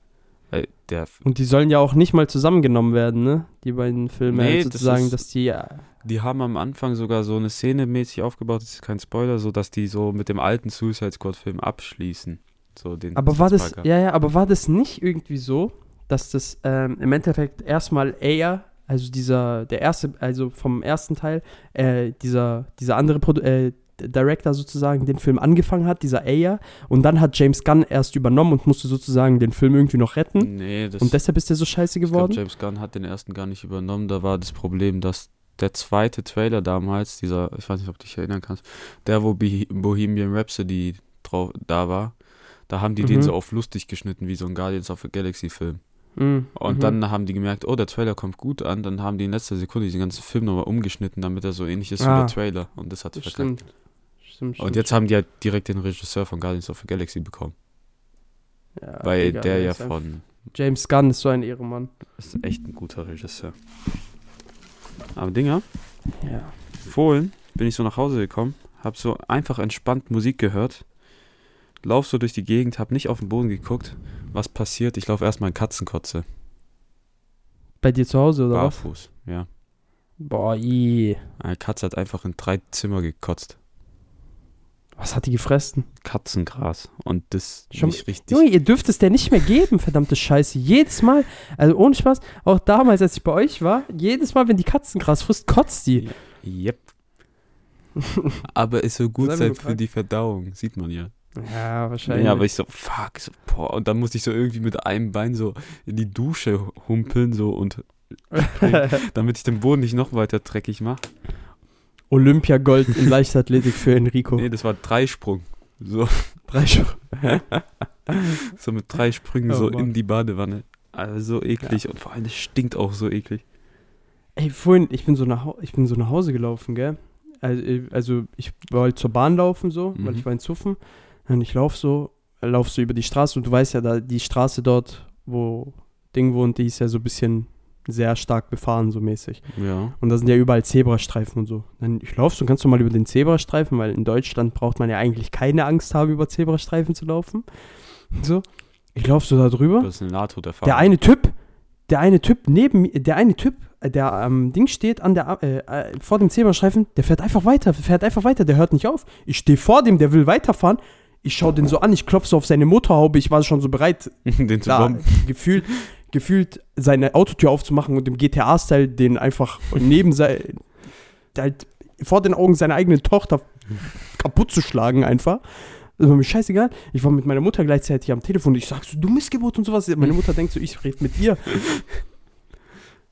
[SPEAKER 4] Ey, der,
[SPEAKER 3] und die sollen ja auch nicht mal zusammengenommen werden, ne? Die beiden Filme
[SPEAKER 4] Nee,
[SPEAKER 3] also
[SPEAKER 4] das
[SPEAKER 3] sozusagen,
[SPEAKER 4] ist-
[SPEAKER 3] dass die ja,
[SPEAKER 4] die haben am Anfang sogar so eine Szene mäßig aufgebaut, das ist kein Spoiler, so dass die so mit dem alten Suicide Squad Film abschließen. So den
[SPEAKER 3] Aber war das,
[SPEAKER 4] Zwecker.
[SPEAKER 3] ja, ja, aber war das nicht irgendwie so, dass das ähm, im Endeffekt erstmal Air, also dieser, der erste, also vom ersten Teil, äh, dieser, dieser andere Produ äh, Director sozusagen den Film angefangen hat, dieser Ayer, und dann hat James Gunn erst übernommen und musste sozusagen den Film irgendwie noch retten.
[SPEAKER 4] Nee, das
[SPEAKER 3] Und deshalb ist der so scheiße
[SPEAKER 4] ich glaub,
[SPEAKER 3] geworden.
[SPEAKER 4] James Gunn hat den ersten gar nicht übernommen, da war das Problem, dass der zweite Trailer damals, dieser, ich weiß nicht, ob du dich erinnern kannst, der, wo Beh- Bohemian Rhapsody drauf, da war, da haben die den
[SPEAKER 3] Mhm.
[SPEAKER 4] so auf lustig geschnitten, wie so ein Guardians of the Galaxy Film.
[SPEAKER 3] Mhm,
[SPEAKER 4] Und
[SPEAKER 3] mhm.
[SPEAKER 4] dann haben die gemerkt, oh, der Trailer kommt gut an. Dann haben die in letzter Sekunde diesen ganzen Film nochmal umgeschnitten, damit er so ähnlich ist
[SPEAKER 3] Ah.
[SPEAKER 4] wie der Trailer. Und das hat verkackt.
[SPEAKER 3] Stimmt. Stimmt,
[SPEAKER 4] Und
[SPEAKER 3] stimmt,
[SPEAKER 4] jetzt haben die halt direkt den Regisseur von Guardians of the Galaxy bekommen.
[SPEAKER 3] stimmt. Ja,
[SPEAKER 4] weil
[SPEAKER 3] Ah, Digga,
[SPEAKER 4] der ja
[SPEAKER 3] ist ein-
[SPEAKER 4] von.
[SPEAKER 3] James Gunn ist so ein Ehrenmann.
[SPEAKER 4] Ist echt ein guter Regisseur. Aber Dinger,
[SPEAKER 3] Ja.
[SPEAKER 4] vorhin bin ich so nach Hause gekommen, hab so einfach entspannt Musik gehört, lauf so durch die Gegend, hab nicht auf den Boden geguckt, was passiert. Ich lauf erstmal in Katzenkotze.
[SPEAKER 3] Bei dir zu Hause oder was?
[SPEAKER 4] Barfuß, ja.
[SPEAKER 3] Boah, ii.
[SPEAKER 4] Eine Katze hat einfach in drei Zimmer gekotzt.
[SPEAKER 3] Was hat die gefressen?
[SPEAKER 4] Katzengras und das
[SPEAKER 3] Schon-
[SPEAKER 4] nicht richtig.
[SPEAKER 3] Junge, ihr dürft es der nicht mehr geben, verdammte Scheiße. Jedes Mal, also ohne Spaß, auch damals, als ich bei euch war, jedes Mal, wenn die Katzengras frisst, kotzt die.
[SPEAKER 4] Yep. aber ist so gut
[SPEAKER 3] Sei mir
[SPEAKER 4] sein
[SPEAKER 3] gefragt.
[SPEAKER 4] für die Verdauung, sieht man ja.
[SPEAKER 3] Ja, wahrscheinlich.
[SPEAKER 4] Ja, aber ich so, fuck, so, boah. Und dann musste ich so irgendwie mit einem Bein so in die Dusche humpeln, so und damit ich den Boden nicht noch weiter dreckig mache.
[SPEAKER 3] Olympiagold in Leichtathletik für Enrico.
[SPEAKER 4] Nee, das war Dreisprung. So,
[SPEAKER 3] Drei Schuhe.
[SPEAKER 4] so mit drei Sprüngen
[SPEAKER 3] Oh
[SPEAKER 4] so
[SPEAKER 3] Mann.
[SPEAKER 4] in die Badewanne. Also so eklig und vor allem, das stinkt auch so eklig.
[SPEAKER 3] Ey, vorhin, ich bin, so nach, Hau- ich bin so nach Hause gelaufen, gell? Also, äh, also ich wollte zur Bahn laufen, so, weil
[SPEAKER 4] Mhm.
[SPEAKER 3] ich war in Zuffen. Und ich laufe so, äh, lauf so über die Straße und du weißt ja, da die Straße dort, wo Ding wohnt, die ist ja so ein bisschen sehr stark befahren, so mäßig.
[SPEAKER 4] Ja.
[SPEAKER 3] Und da sind ja überall Zebrastreifen und so. Dann ich laufe so ganz normal über den Zebrastreifen, weil in Deutschland braucht man ja eigentlich keine Angst haben, über Zebrastreifen zu laufen. So. Ich laufe so da drüber.
[SPEAKER 4] Das ist eine NATO-Erfahrung.
[SPEAKER 3] Der eine Typ, der eine Typ neben mir, der eine Typ, äh, der am Ding steht, an der, äh, äh, vor dem Zebrastreifen, der fährt einfach weiter, fährt einfach weiter, der hört nicht auf. Ich stehe vor dem, der will weiterfahren. Ich schaue den so an, ich klopfe so auf seine Motorhaube, ich war schon so bereit,
[SPEAKER 4] Den zu
[SPEAKER 3] da
[SPEAKER 4] bomben.
[SPEAKER 3] gefühlt, gefühlt seine Autotür aufzumachen und im GTA-Style den einfach neben sein, halt vor den Augen seiner eigenen Tochter kaputt zu schlagen einfach. Das war mir scheißegal. Ich war mit meiner Mutter gleichzeitig am Telefon. Ich sag so, du Missgeburt und sowas. Meine Mutter denkt so, ich rede mit ihr.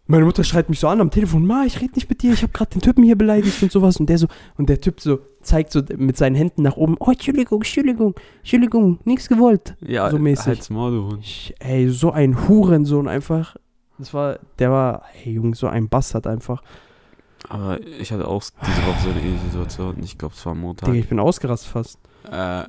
[SPEAKER 3] Meine Mutter schreit mich so an am Telefon, Ma, ich rede nicht mit dir, ich habe gerade den Typen hier beleidigt und sowas. Und der so, und der Typ so zeigt so mit seinen Händen nach oben, oh, Entschuldigung, Entschuldigung, Entschuldigung, nichts gewollt.
[SPEAKER 4] Ja,
[SPEAKER 3] So mäßig.
[SPEAKER 4] halt's Maul, du Hund.
[SPEAKER 3] Ich, ey, so ein Hurensohn einfach. Das war, der war, ey Junge, so ein Bastard einfach.
[SPEAKER 4] Aber ich hatte auch diese Woche so eine ähnliche Situation. Ich glaube, es war Montag.
[SPEAKER 3] Digga, ich bin ausgerastet fast.
[SPEAKER 4] Äh,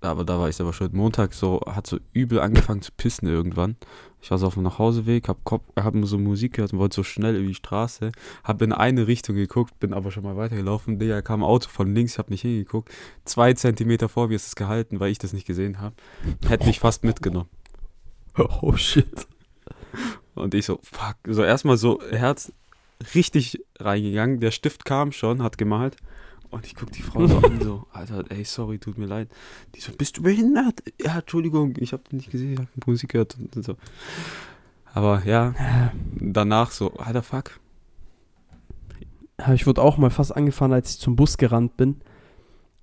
[SPEAKER 4] aber da war ich selber schuld. Montag so, hat so übel angefangen zu pissen irgendwann. Ich war so auf dem Nachhauseweg, hab, Kopf, hab so Musik gehört und wollte so schnell über die Straße. Hab in eine Richtung geguckt, bin aber schon mal weitergelaufen. Digga, kam ein Auto von links, ich hab nicht hingeguckt. Zwei Zentimeter vor mir ist es gehalten, weil ich das nicht gesehen habe. Hätte mich fast mitgenommen.
[SPEAKER 3] Oh shit.
[SPEAKER 4] Und ich so, fuck. So erstmal so Herz richtig reingegangen. Der Stift kam schon, hat gemalt. Und ich guck die Frau so an, so, Alter, ey, sorry, tut mir leid. Die so, bist du behindert? Ja, Entschuldigung, ich hab dich nicht gesehen, ich hab Musik gehört und so. Aber ja,
[SPEAKER 3] Äh,
[SPEAKER 4] danach so, Alter, fuck.
[SPEAKER 3] Ja, Ich wurde auch mal fast angefahren, als ich zum Bus gerannt bin.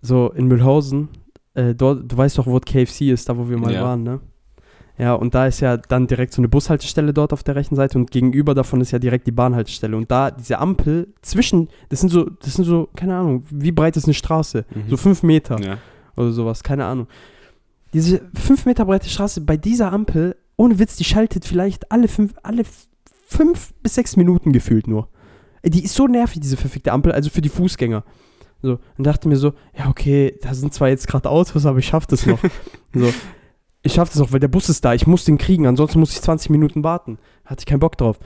[SPEAKER 3] So in Mühlhausen. Äh, dort, du weißt doch, wo KFC ist, da wo wir mal
[SPEAKER 4] Ja.
[SPEAKER 3] waren, ne? Ja, und da ist ja dann direkt so eine Bushaltestelle dort auf der rechten Seite und gegenüber davon ist ja direkt die Bahnhaltestelle. Und da diese Ampel zwischen, das sind so, das sind so, keine Ahnung, wie breit ist eine Straße? So fünf Meter.
[SPEAKER 4] ja.
[SPEAKER 3] oder sowas, keine Ahnung. Diese 5 Meter breite Straße bei dieser Ampel, ohne Witz, die schaltet vielleicht alle 5 alle fünf bis 6 Minuten gefühlt nur. Äh, Die ist so nervig, diese verfickte Ampel, also für die Fußgänger. So, und dachte mir so, ja, okay, da sind zwar jetzt gerade Autos, aber ich schaff das noch. so, ich schaff das noch, weil der Bus ist da, ich muss den kriegen, ansonsten muss ich 20 Minuten warten. Hatte ich keinen Bock drauf.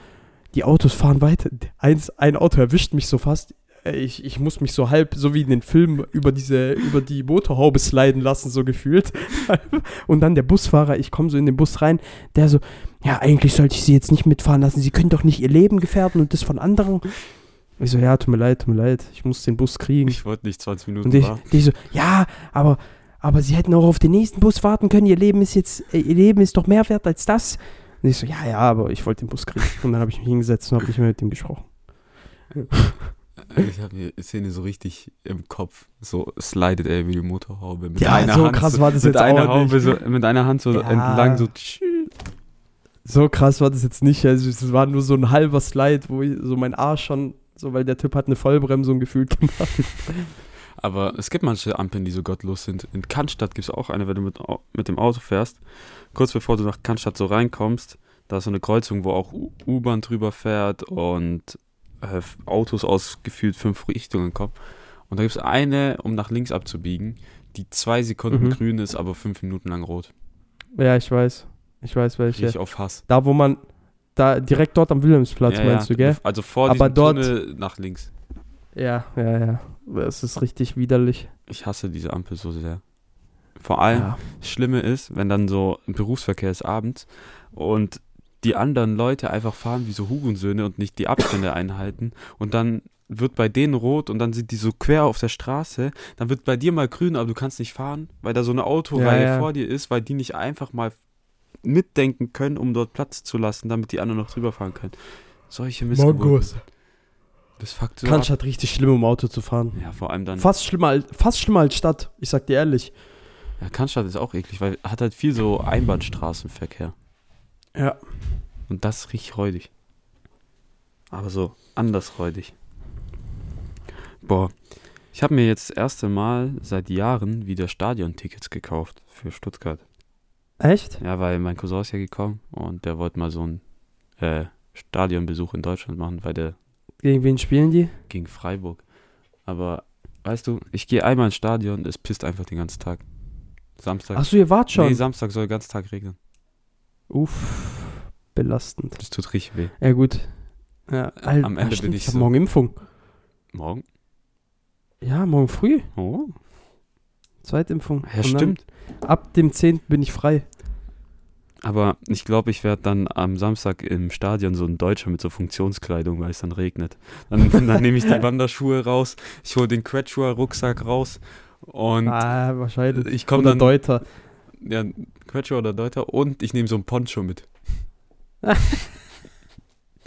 [SPEAKER 3] Die Autos fahren weiter. Eins, ein Auto erwischt mich so fast. Äh, Ich, ich muss mich so halb, so wie in den Filmen, über diese, über die Motorhaube sliden lassen, so gefühlt. Und dann der Busfahrer, ich komme so in den Bus rein, der so, ja, eigentlich sollte ich sie jetzt nicht mitfahren lassen, sie können doch nicht ihr Leben gefährden und das von anderen. Ich so, ja, tut mir leid, tut mir leid, ich muss den Bus kriegen.
[SPEAKER 4] Ich wollte nicht 20 Minuten
[SPEAKER 3] Und ich,
[SPEAKER 4] warten.
[SPEAKER 3] die so, ja, aber, aber sie hätten auch auf den nächsten Bus warten können. Ihr Leben ist jetzt, äh, ihr Leben ist doch mehr wert als das. Und ich so, ja, ja, aber ich wollte den Bus kriegen. Und dann habe ich mich hingesetzt und habe nicht mehr mit ihm gesprochen.
[SPEAKER 4] Also Ich habe die Szene so richtig im Kopf. So slidet er wie die Motorhaube. Mit
[SPEAKER 3] Ja,
[SPEAKER 4] einer
[SPEAKER 3] so
[SPEAKER 4] Hand
[SPEAKER 3] krass
[SPEAKER 4] so,
[SPEAKER 3] war das
[SPEAKER 4] mit
[SPEAKER 3] jetzt
[SPEAKER 4] einer
[SPEAKER 3] auch nicht.
[SPEAKER 4] Haube so, Mit einer Hand so
[SPEAKER 3] Ja.
[SPEAKER 4] entlang, so tsch,
[SPEAKER 3] So krass war das jetzt nicht. Also es war nur so ein halber Slide, wo ich, so mein Arsch schon, so weil der Typ hat eine Vollbremsung gefühlt gemacht.
[SPEAKER 4] Aber es gibt manche Ampeln, die so gottlos sind. In Cannstatt gibt es auch eine, wenn du mit, Au- mit dem Auto fährst. Kurz bevor du nach Cannstatt so reinkommst, da ist so eine Kreuzung, wo auch U- U-Bahn drüber fährt und äh, F- Autos aus gefühlt fünf Richtungen kommen. Und da gibt es eine, um nach links abzubiegen, die zwei Sekunden
[SPEAKER 3] Mhm.
[SPEAKER 4] grün ist, aber fünf Minuten lang rot.
[SPEAKER 3] ja, ich weiß. Ich weiß welche.
[SPEAKER 4] Richtig auf Hass.
[SPEAKER 3] Da, wo man, da direkt dort am Wilhelmsplatz meinst du, gell?
[SPEAKER 4] Also vor
[SPEAKER 3] Aber
[SPEAKER 4] diesem
[SPEAKER 3] dort-
[SPEAKER 4] Tunnel nach links.
[SPEAKER 3] Ja, ja, ja. Das ist richtig widerlich.
[SPEAKER 4] Ich hasse diese Ampel so sehr. Vor allem,
[SPEAKER 3] Ja.
[SPEAKER 4] Das Schlimme ist, wenn dann so ein Berufsverkehr ist abends und die anderen Leute einfach fahren wie so Hurensöhne und nicht die Abstände einhalten und dann wird bei denen rot und dann sind die so quer auf der Straße, dann wird bei dir mal grün, aber du kannst nicht fahren, weil da so eine Autoreihe
[SPEAKER 3] Ja, ja.
[SPEAKER 4] vor dir ist, weil die nicht einfach mal mitdenken können, um dort Platz zu lassen, damit die anderen noch drüber fahren können. Solche Missgeburten. Das fuckt so ab.
[SPEAKER 3] Cannstatt richtig schlimm, um Auto zu fahren.
[SPEAKER 4] Ja, vor allem dann.
[SPEAKER 3] Fast schlimmer, als, fast schlimmer als Stadt, ich sag dir ehrlich.
[SPEAKER 4] Ja, Cannstatt ist auch eklig, weil hat halt viel so Einbahnstraßenverkehr.
[SPEAKER 3] Ja.
[SPEAKER 4] Und das riecht räudig. Aber so anders räudig. Boah, ich habe mir jetzt das erste Mal seit Jahren wieder Stadiontickets gekauft für Stuttgart.
[SPEAKER 3] Echt?
[SPEAKER 4] Ja, weil mein Cousin ist ja gekommen und der wollte mal so einen äh, Stadionbesuch in Deutschland machen, weil der
[SPEAKER 3] Gegen wen spielen die?
[SPEAKER 4] gegen Freiburg. Aber weißt du, ich gehe einmal ins Stadion, es pisst einfach den ganzen Tag. Samstag.
[SPEAKER 3] Achso, ihr wart schon.
[SPEAKER 4] Nee, Samstag soll den ganzen Tag regnen.
[SPEAKER 3] Uff, belastend.
[SPEAKER 4] Das tut richtig weh.
[SPEAKER 3] Ja, gut. Ja, Al-
[SPEAKER 4] am Ende
[SPEAKER 3] ah, stimmt,
[SPEAKER 4] bin ich
[SPEAKER 3] ich hab
[SPEAKER 4] so-
[SPEAKER 3] morgen Impfung.
[SPEAKER 4] Morgen?
[SPEAKER 3] Ja, morgen früh.
[SPEAKER 4] Oh.
[SPEAKER 3] Zweitimpfung. Und
[SPEAKER 4] Ja,
[SPEAKER 3] dann
[SPEAKER 4] stimmt.
[SPEAKER 3] Ab dem 10. bin ich frei.
[SPEAKER 4] Aber ich glaube, ich werde dann am Samstag im Stadion so ein Deutscher mit so Funktionskleidung, weil es dann regnet. Dann, dann nehme ich die Wanderschuhe raus, ich hole den Quetschua-Rucksack raus und
[SPEAKER 3] ah, wahrscheinlich.
[SPEAKER 4] ich komme
[SPEAKER 3] Oder
[SPEAKER 4] dann,
[SPEAKER 3] Deuter.
[SPEAKER 4] ja, Quetschua oder Deuter und ich nehme so ein Poncho mit.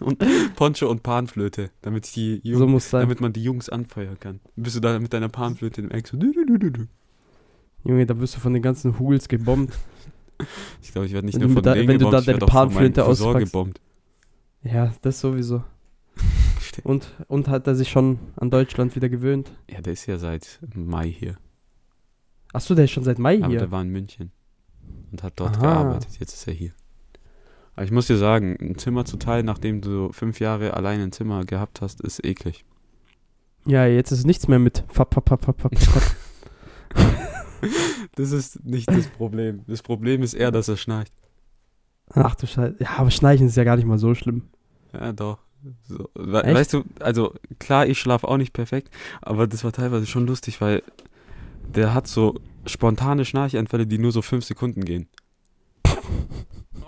[SPEAKER 4] und Poncho und Panflöte, damit ich die Jung,
[SPEAKER 3] So muss sein.
[SPEAKER 4] damit man die Jungs anfeuern kann. Bist du da mit deiner Panflöte im Eck so dü- dü- dü- dü- dü.
[SPEAKER 3] Junge, da wirst du von den ganzen Hugels gebombt.
[SPEAKER 4] Ich glaube, ich werde nicht
[SPEAKER 3] Wenn
[SPEAKER 4] nur
[SPEAKER 3] du
[SPEAKER 4] von
[SPEAKER 3] da-
[SPEAKER 4] denen
[SPEAKER 3] wenn du
[SPEAKER 4] gebombt,
[SPEAKER 3] da
[SPEAKER 4] ich werd
[SPEAKER 3] deine
[SPEAKER 4] auch von meinem
[SPEAKER 3] Panflöte
[SPEAKER 4] Cousin
[SPEAKER 3] auspackst.
[SPEAKER 4] gebombt.
[SPEAKER 3] ja, das sowieso.
[SPEAKER 4] Verstehe.
[SPEAKER 3] Und, und hat er sich schon an Deutschland wieder gewöhnt?
[SPEAKER 4] Ja, der ist ja seit Mai hier.
[SPEAKER 3] Achso, der ist schon seit Mai
[SPEAKER 4] Aber
[SPEAKER 3] hier.
[SPEAKER 4] der war in München und hat dort
[SPEAKER 3] Aha.
[SPEAKER 4] gearbeitet. Jetzt ist er hier. Aber ich muss dir sagen, ein Zimmer zu teilen, nachdem du so fünf Jahre allein ein Zimmer gehabt hast, ist eklig.
[SPEAKER 3] Ja, jetzt ist nichts mehr mit. Fap, fap, fap, fap, fap, fap.
[SPEAKER 4] Das ist nicht das Problem. Das Problem ist eher, dass er schnarcht.
[SPEAKER 3] Ach du Scheiße. Ja, aber Schnarchen ist ja gar nicht mal so schlimm.
[SPEAKER 4] Ja, doch. So, we
[SPEAKER 3] Echt?
[SPEAKER 4] weißt du, also klar, ich schlafe auch nicht perfekt, aber das war teilweise schon lustig, weil der hat so spontane Schnarchanfälle, die nur so fünf Sekunden gehen.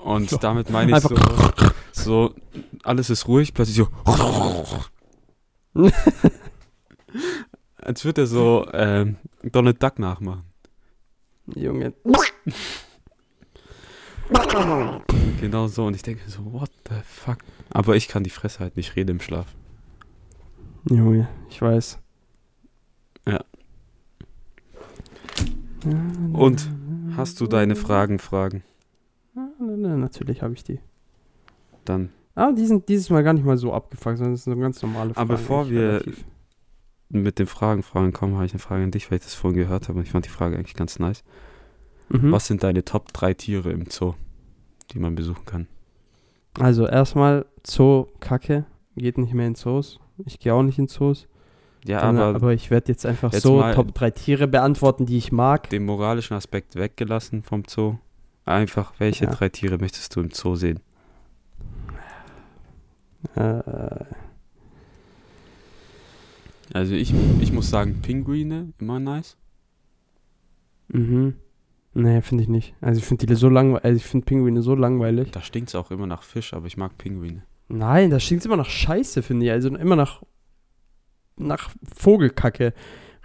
[SPEAKER 4] Und
[SPEAKER 3] Ja.
[SPEAKER 4] damit meine ich so, so, alles ist ruhig, plötzlich so. Als würde er so ähm, Donald Duck nachmachen.
[SPEAKER 3] Junge.
[SPEAKER 4] Genau so. Und ich denke so, what the fuck? Aber ich kann die Fresse halt nicht, rede im Schlaf.
[SPEAKER 3] Junge, ich weiß.
[SPEAKER 4] Ja. Und hast du deine Fragen, Fragen?
[SPEAKER 3] Na, na, natürlich habe ich die.
[SPEAKER 4] Dann
[SPEAKER 3] Ah, die sind dieses Mal gar nicht mal so abgefuckt, sondern es sind so ganz normale Fragen.
[SPEAKER 4] Aber bevor
[SPEAKER 3] eigentlich
[SPEAKER 4] wir-
[SPEAKER 3] relativ.
[SPEAKER 4] mit den Fragen, Fragen kommen, habe ich eine Frage an dich, weil ich das vorhin gehört habe und ich fand die Frage eigentlich ganz nice.
[SPEAKER 3] Mhm.
[SPEAKER 4] Was sind deine Top 3 Tiere im Zoo, die man besuchen kann?
[SPEAKER 3] Also erstmal Zoo, Kacke. Geht nicht mehr in Zoos. Ich gehe auch nicht in Zoos.
[SPEAKER 4] Ja,
[SPEAKER 3] Dann,
[SPEAKER 4] aber,
[SPEAKER 3] aber ich werde jetzt einfach
[SPEAKER 4] jetzt
[SPEAKER 3] so
[SPEAKER 4] mal-
[SPEAKER 3] Top 3 Tiere beantworten, die ich mag.
[SPEAKER 4] den moralischen Aspekt weggelassen vom Zoo. Einfach, welche
[SPEAKER 3] Ja.
[SPEAKER 4] drei Tiere möchtest du im Zoo sehen?
[SPEAKER 3] Äh,
[SPEAKER 4] Also ich, ich muss sagen, Pinguine, immer nice.
[SPEAKER 3] mhm. Nee, finde ich nicht. Also ich finde die so langweilig. Also ich finde Pinguine so langweilig.
[SPEAKER 4] Da stinkt es auch immer nach Fisch, aber ich mag Pinguine.
[SPEAKER 3] Nein, das stinkt immer nach Scheiße, finde ich. Also immer nach, nach Vogelkacke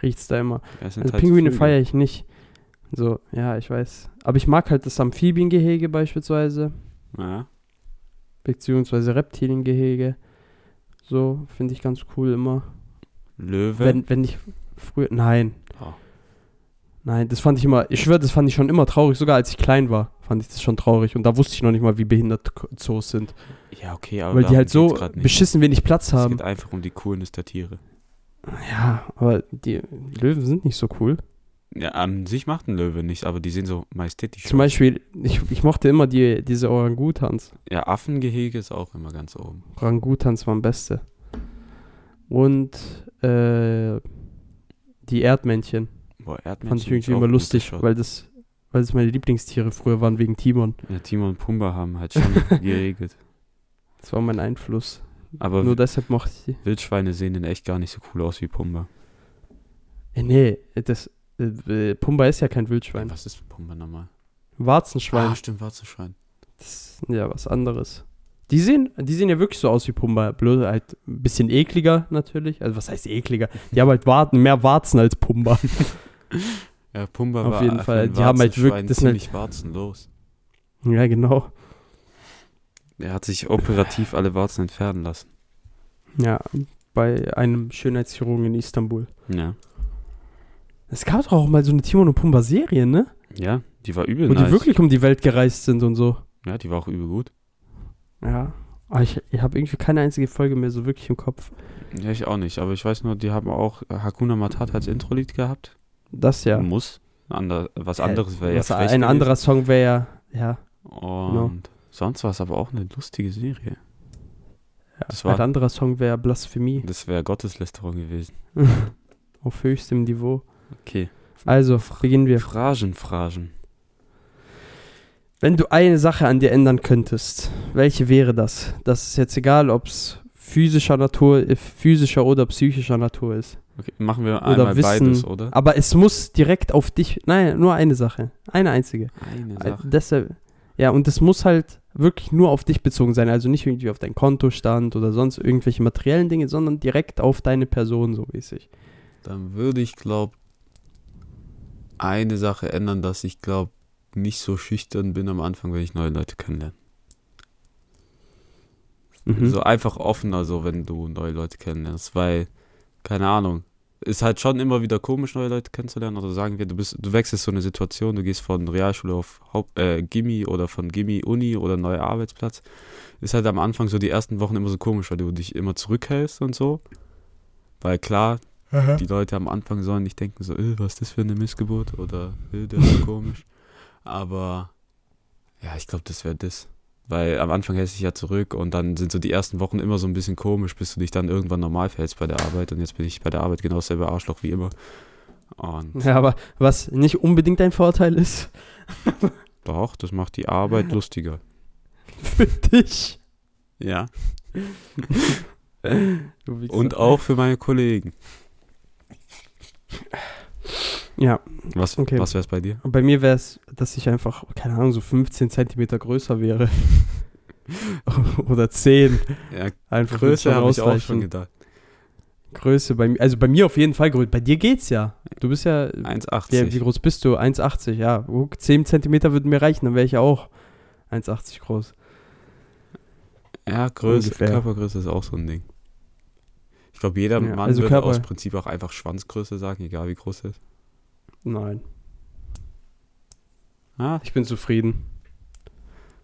[SPEAKER 3] riecht es da immer.
[SPEAKER 4] Ja, es sind
[SPEAKER 3] Also
[SPEAKER 4] halt
[SPEAKER 3] Pinguine
[SPEAKER 4] Vögel.
[SPEAKER 3] feiere ich nicht. So, ja, ich weiß. Aber ich mag halt das Amphibiengehege beispielsweise,
[SPEAKER 4] Ja.
[SPEAKER 3] beziehungsweise Reptiliengehege. So, finde ich ganz cool immer.
[SPEAKER 4] Löwe.
[SPEAKER 3] Wenn, wenn ich früher. Nein.
[SPEAKER 4] Oh.
[SPEAKER 3] Nein, das fand ich immer, ich schwöre, das fand ich schon immer traurig, sogar als ich klein war, fand ich das schon traurig. Und da wusste ich noch nicht mal, wie behindert K- Zoos sind.
[SPEAKER 4] Ja, okay, aber
[SPEAKER 3] weil die
[SPEAKER 4] darum
[SPEAKER 3] halt so
[SPEAKER 4] geht's grad nicht. ne?
[SPEAKER 3] beschissen wenig Platz
[SPEAKER 4] Es
[SPEAKER 3] haben.
[SPEAKER 4] geht einfach um die Coolness der Tiere.
[SPEAKER 3] Ja, aber die Löwen sind nicht so cool.
[SPEAKER 4] Ja, an sich macht ein Löwe nichts, aber die sehen so majestätisch
[SPEAKER 3] Zum Beispiel, ich, ich mochte immer die, diese Orangutans.
[SPEAKER 4] Ja, Affengehege ist auch immer ganz oben.
[SPEAKER 3] Orangutans waren beste. Und äh, die Erdmännchen
[SPEAKER 4] Boah, Erdmännchen.
[SPEAKER 3] fand ich irgendwie
[SPEAKER 4] ist auch
[SPEAKER 3] immer
[SPEAKER 4] ein
[SPEAKER 3] lustig,
[SPEAKER 4] guter Shot.
[SPEAKER 3] weil das, weil das meine Lieblingstiere früher waren wegen Timon.
[SPEAKER 4] Ja, Timon und Pumba haben halt schon geregelt.
[SPEAKER 3] Das war mein Einfluss.
[SPEAKER 4] Aber
[SPEAKER 3] Nur deshalb mochte ich die.
[SPEAKER 4] Wildschweine sehen in echt gar nicht so cool aus wie Pumba.
[SPEAKER 3] Äh, nee, das, äh, äh, Pumba ist ja kein Wildschwein.
[SPEAKER 4] Was ist Pumba nochmal?
[SPEAKER 3] Warzenschwein.
[SPEAKER 4] Ah, stimmt, Warzenschwein.
[SPEAKER 3] Das ist ja was anderes. Die sehen, die sehen ja wirklich so aus wie Pumba. Bloß halt ein bisschen ekliger natürlich. Also was heißt ekliger? Die haben halt Warten, mehr Warzen als Pumba.
[SPEAKER 4] Ja, Pumba
[SPEAKER 3] Auf
[SPEAKER 4] war
[SPEAKER 3] jeden
[SPEAKER 4] für
[SPEAKER 3] Fall,
[SPEAKER 4] ein
[SPEAKER 3] die haben halt
[SPEAKER 4] Warzenschwein
[SPEAKER 3] wirklich- das sind halt-
[SPEAKER 4] ziemlich warzenlos.
[SPEAKER 3] ja, genau.
[SPEAKER 4] Er hat sich operativ alle Warzen entfernen lassen.
[SPEAKER 3] Ja, bei einem Schönheitschirurgen in Istanbul.
[SPEAKER 4] Ja.
[SPEAKER 3] Es gab doch auch mal so eine Timon und Pumba Serie, ne?
[SPEAKER 4] Ja, die war übel
[SPEAKER 3] Wo
[SPEAKER 4] nice.
[SPEAKER 3] die wirklich um die Welt gereist sind und so.
[SPEAKER 4] ja, die war auch übel gut.
[SPEAKER 3] Ja. Aber ich, ich habe irgendwie keine einzige Folge mehr so wirklich im Kopf.
[SPEAKER 4] Ja, ich auch nicht, aber ich weiß nur, die haben auch äh, Hakuna Matata als Intro-Lied gehabt.
[SPEAKER 3] Das ja.
[SPEAKER 4] Muss. Ander, was anderes wäre Hm, ja
[SPEAKER 3] Was,
[SPEAKER 4] frech
[SPEAKER 3] Ein
[SPEAKER 4] gewesen.
[SPEAKER 3] anderer Song wäre ja, ja,
[SPEAKER 4] Und sonst war es aber auch eine lustige Serie.
[SPEAKER 3] ja.
[SPEAKER 4] Das war-
[SPEAKER 3] Ein anderer Song wäre Blasphemie.
[SPEAKER 4] Das wäre Gotteslästerung gewesen.
[SPEAKER 3] Auf höchstem Niveau.
[SPEAKER 4] Okay.
[SPEAKER 3] Also, beginnen wir.
[SPEAKER 4] Phrasen, Phrasen.
[SPEAKER 3] Wenn du eine Sache an dir ändern könntest, welche wäre das? Das ist jetzt egal, ob es physischer Natur, äh, physischer oder psychischer Natur ist.
[SPEAKER 4] Okay, machen wir
[SPEAKER 3] Oder
[SPEAKER 4] einmal
[SPEAKER 3] Wissen.
[SPEAKER 4] beides, oder?
[SPEAKER 3] Aber es muss direkt auf dich. Nein, nur eine Sache. Eine einzige.
[SPEAKER 4] Eine
[SPEAKER 3] Äh,
[SPEAKER 4] Sache.
[SPEAKER 3] Deshalb, ja, und es muss halt wirklich nur auf dich bezogen sein. Also nicht irgendwie auf deinen Kontostand oder sonst irgendwelche materiellen Dinge, sondern direkt auf deine Person, so mäßig.
[SPEAKER 4] Dann würde ich, glaube eine Sache ändern, dass ich, glaube nicht so schüchtern bin am Anfang, wenn ich neue Leute kennenlerne.
[SPEAKER 3] Mhm.
[SPEAKER 4] So einfach offener, so wenn du neue Leute kennenlernst, weil, keine Ahnung, ist halt schon immer wieder komisch, neue Leute kennenzulernen. Also sagen wir, du bist, du wechselst so eine Situation, du gehst von Realschule auf Haupt, äh, Gimmi oder von Gimmi Uni oder neuer Arbeitsplatz. Ist halt am Anfang so die ersten Wochen immer so komisch, weil du dich immer zurückhältst und so. Weil klar, die Leute am Anfang sollen nicht denken so, äh, was ist das für eine Missgeburt oder äh, das ist so komisch. Aber ja, ich glaube, das wäre das. Weil am Anfang hältst du dich ja zurück und dann sind so die ersten Wochen immer so ein bisschen komisch, bis du dich dann irgendwann normal verhältst bei der Arbeit. Und jetzt bin ich bei der Arbeit genau selber Arschloch wie immer. Und
[SPEAKER 3] Ja, aber was nicht unbedingt ein Vorteil ist
[SPEAKER 4] doch, das macht die Arbeit lustiger.
[SPEAKER 3] für dich.
[SPEAKER 4] Ja.
[SPEAKER 3] Du Wichser.
[SPEAKER 4] Und auch für meine Kollegen.
[SPEAKER 3] Ja,
[SPEAKER 4] Was,
[SPEAKER 3] Okay.
[SPEAKER 4] was wäre es bei dir?
[SPEAKER 3] und bei mir wäre es, dass ich einfach, keine Ahnung, so 15 Zentimeter größer wäre. Oder 10.
[SPEAKER 4] Ja,
[SPEAKER 3] Einfach wird
[SPEAKER 4] Größe
[SPEAKER 3] schon
[SPEAKER 4] habe ich auch schon
[SPEAKER 3] ausreichen.
[SPEAKER 4] gedacht.
[SPEAKER 3] Größe bei mir, also bei mir auf jeden Fall größer. Bei dir geht's ja. Du bist ja, wie, wie
[SPEAKER 4] 1,80.
[SPEAKER 3] groß bist du? 1,80, ja. Guck, 10 Zentimeter würden mir reichen, dann wäre ich ja auch 1,80 groß.
[SPEAKER 4] Ja, Größe,
[SPEAKER 3] Ungefähr.
[SPEAKER 4] Körpergröße ist auch so ein Ding. Ich glaube, jeder
[SPEAKER 3] Ja,
[SPEAKER 4] Mann
[SPEAKER 3] also
[SPEAKER 4] würde
[SPEAKER 3] Körper-
[SPEAKER 4] aus Prinzip auch einfach Schwanzgröße sagen, egal wie groß er ist.
[SPEAKER 3] Nein,
[SPEAKER 4] Ah,
[SPEAKER 3] ich bin zufrieden.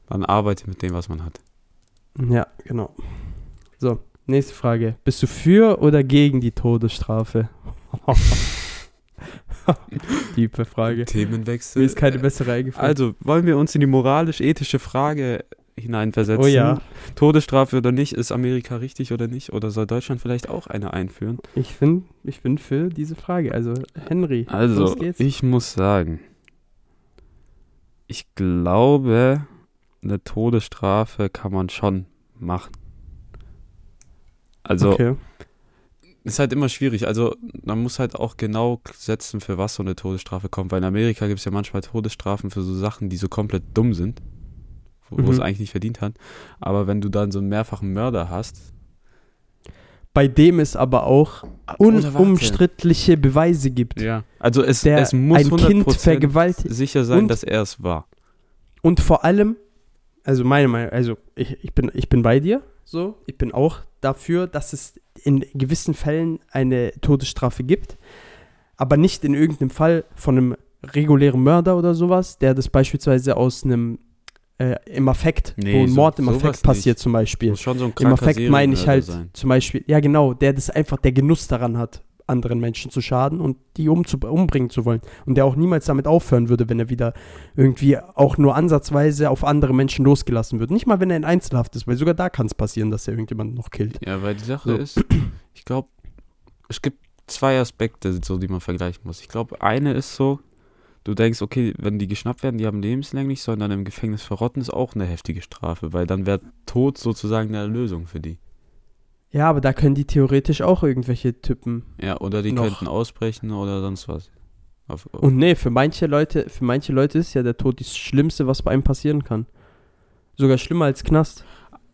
[SPEAKER 4] man arbeitet mit dem, was man hat.
[SPEAKER 3] Ja, genau. So, nächste Frage. Bist du für oder gegen die Todesstrafe? Tiefe Frage.
[SPEAKER 4] Themenwechsel.
[SPEAKER 3] Mir ist keine bessere eingefallen.
[SPEAKER 4] Also, wollen wir uns in die moralisch-ethische Frage hineinversetzen?
[SPEAKER 3] oh ja,
[SPEAKER 4] Todesstrafe oder nicht? Ist Amerika richtig oder nicht? Oder soll Deutschland vielleicht auch eine einführen?
[SPEAKER 3] ich, find, ich bin für diese Frage. Also, Henry, los
[SPEAKER 4] Also,
[SPEAKER 3] geht's.
[SPEAKER 4] ich muss sagen, ich glaube, eine Todesstrafe kann man schon machen. Also,
[SPEAKER 3] okay.
[SPEAKER 4] ist halt immer schwierig. Also man muss halt auch genau setzen, für was so eine Todesstrafe kommt. Weil in Amerika gibt es ja manchmal Todesstrafen für so Sachen, die so komplett dumm sind, wo, wo es
[SPEAKER 3] Mhm.
[SPEAKER 4] eigentlich nicht verdient hat. Aber wenn du dann so einen mehrfachen Mörder hast,
[SPEAKER 3] Bei dem es aber auch
[SPEAKER 4] Oder warte.
[SPEAKER 3] unumstrittliche Beweise gibt.
[SPEAKER 4] also es,
[SPEAKER 3] der
[SPEAKER 4] es muss
[SPEAKER 3] ein Kind
[SPEAKER 4] 100%
[SPEAKER 3] vergewaltigt.
[SPEAKER 4] sicher sein,
[SPEAKER 3] und-
[SPEAKER 4] dass er es war.
[SPEAKER 3] Und vor allem, also meine Meinung, also ich, ich, bin, ich bin bei dir, so, ich bin auch dafür, dass es in gewissen Fällen eine Todesstrafe gibt, aber nicht in irgendeinem Fall von einem regulären Mörder oder sowas, der das beispielsweise aus einem äh, im Affekt,
[SPEAKER 4] Nee,
[SPEAKER 3] wo ein
[SPEAKER 4] so-
[SPEAKER 3] Mord im
[SPEAKER 4] sowas
[SPEAKER 3] Affekt passiert
[SPEAKER 4] nicht.
[SPEAKER 3] zum Beispiel.
[SPEAKER 4] Muss schon so ein
[SPEAKER 3] Im
[SPEAKER 4] kranker
[SPEAKER 3] Affekt meine ich
[SPEAKER 4] Serienmörder
[SPEAKER 3] halt
[SPEAKER 4] sein.
[SPEAKER 3] zum Beispiel, ja genau, der das einfach, der Genuss daran hat, anderen Menschen zu schaden und die umzu, umbringen zu wollen. Und der auch niemals damit aufhören würde, wenn er wieder irgendwie auch nur ansatzweise auf andere Menschen losgelassen wird. Nicht mal, wenn er in Einzelhaft ist, weil sogar da kann es passieren, dass er irgendjemanden noch killt.
[SPEAKER 4] Ja, weil die Sache
[SPEAKER 3] So.
[SPEAKER 4] ist, ich glaube, es gibt zwei Aspekte, so, die man vergleichen muss. Ich glaube, eine ist so, du denkst, okay, wenn die geschnappt werden, die haben lebenslänglich, sollen dann im Gefängnis verrotten, ist auch eine heftige Strafe, weil dann wäre Tod sozusagen eine Lösung für die.
[SPEAKER 3] Ja, aber da können die theoretisch auch irgendwelche Typen.
[SPEAKER 4] Ja, oder die
[SPEAKER 3] Noch.
[SPEAKER 4] könnten ausbrechen oder sonst was. Auf, auf,
[SPEAKER 3] Und nee, für manche Leute, für manche Leute ist ja der Tod das Schlimmste, was bei einem passieren kann. Sogar schlimmer als Knast.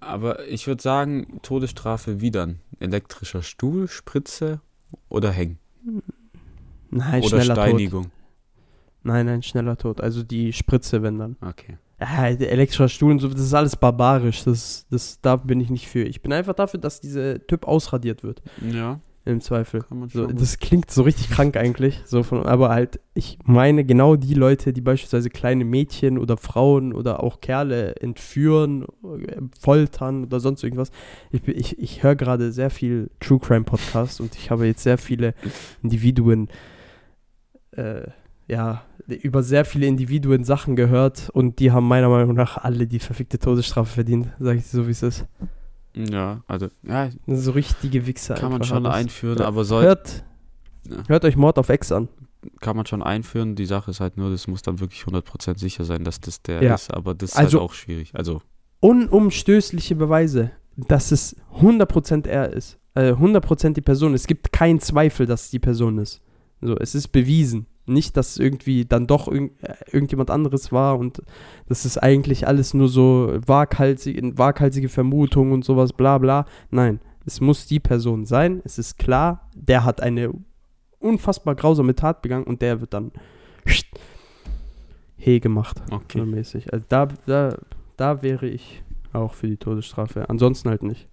[SPEAKER 4] aber ich würde sagen, Todesstrafe wie dann? Elektrischer Stuhl, Spritze oder Hängen?
[SPEAKER 3] Nein,
[SPEAKER 4] oder
[SPEAKER 3] schneller Tod.
[SPEAKER 4] Steinigung.
[SPEAKER 3] Nein, nein, schneller Tod. Also die Spritze, wenn dann.
[SPEAKER 4] Okay.
[SPEAKER 3] Ah, der elektrischer Stuhl und so, das ist alles barbarisch. Das, das, da bin ich nicht für. Ich bin einfach dafür, dass dieser Typ ausradiert wird,
[SPEAKER 4] Ja,
[SPEAKER 3] im Zweifel.
[SPEAKER 4] kann man
[SPEAKER 3] So,
[SPEAKER 4] schon.
[SPEAKER 3] das klingt so richtig krank eigentlich. So von, aber halt, ich meine genau die Leute, die beispielsweise kleine Mädchen oder Frauen oder auch Kerle entführen, äh, foltern oder sonst irgendwas. Ich, bin- ich, ich höre gerade sehr viel True Crime Podcasts und ich habe jetzt sehr viele Individuen, äh, ja, über sehr viele Individuen Sachen gehört und die haben meiner Meinung nach alle die verfickte Todesstrafe verdient, sage ich dir so, wie es ist.
[SPEAKER 4] ja, also, ja,
[SPEAKER 3] Das sind So richtige Wichser.
[SPEAKER 4] kann man
[SPEAKER 3] einfach
[SPEAKER 4] schon
[SPEAKER 3] alles.
[SPEAKER 4] einführen,
[SPEAKER 3] Ja.
[SPEAKER 4] aber soll,
[SPEAKER 3] Hört,
[SPEAKER 4] Ja.
[SPEAKER 3] hört euch Mord auf Ex an.
[SPEAKER 4] kann man schon einführen. Die Sache ist halt nur, das muss dann wirklich 100% sicher sein, dass das der
[SPEAKER 3] Ja.
[SPEAKER 4] ist. Aber das ist
[SPEAKER 3] Also-
[SPEAKER 4] halt auch schwierig. Also,
[SPEAKER 3] unumstößliche Beweise, dass es 100% er ist. Äh, 100% die Person. Es gibt keinen Zweifel, dass es die Person ist. So, es ist bewiesen. Nicht, dass es irgendwie dann doch irgend, äh, irgendjemand anderes war und das ist eigentlich alles nur so waghalsige, waghalsige Vermutungen und sowas, bla bla. Nein, es muss die Person sein. Es ist klar, der hat eine unfassbar grausame Tat begangen und der wird dann he gemacht.
[SPEAKER 4] Okay.
[SPEAKER 3] So Mäßig. Also da, da, da wäre ich auch für die Todesstrafe. Ansonsten halt nicht.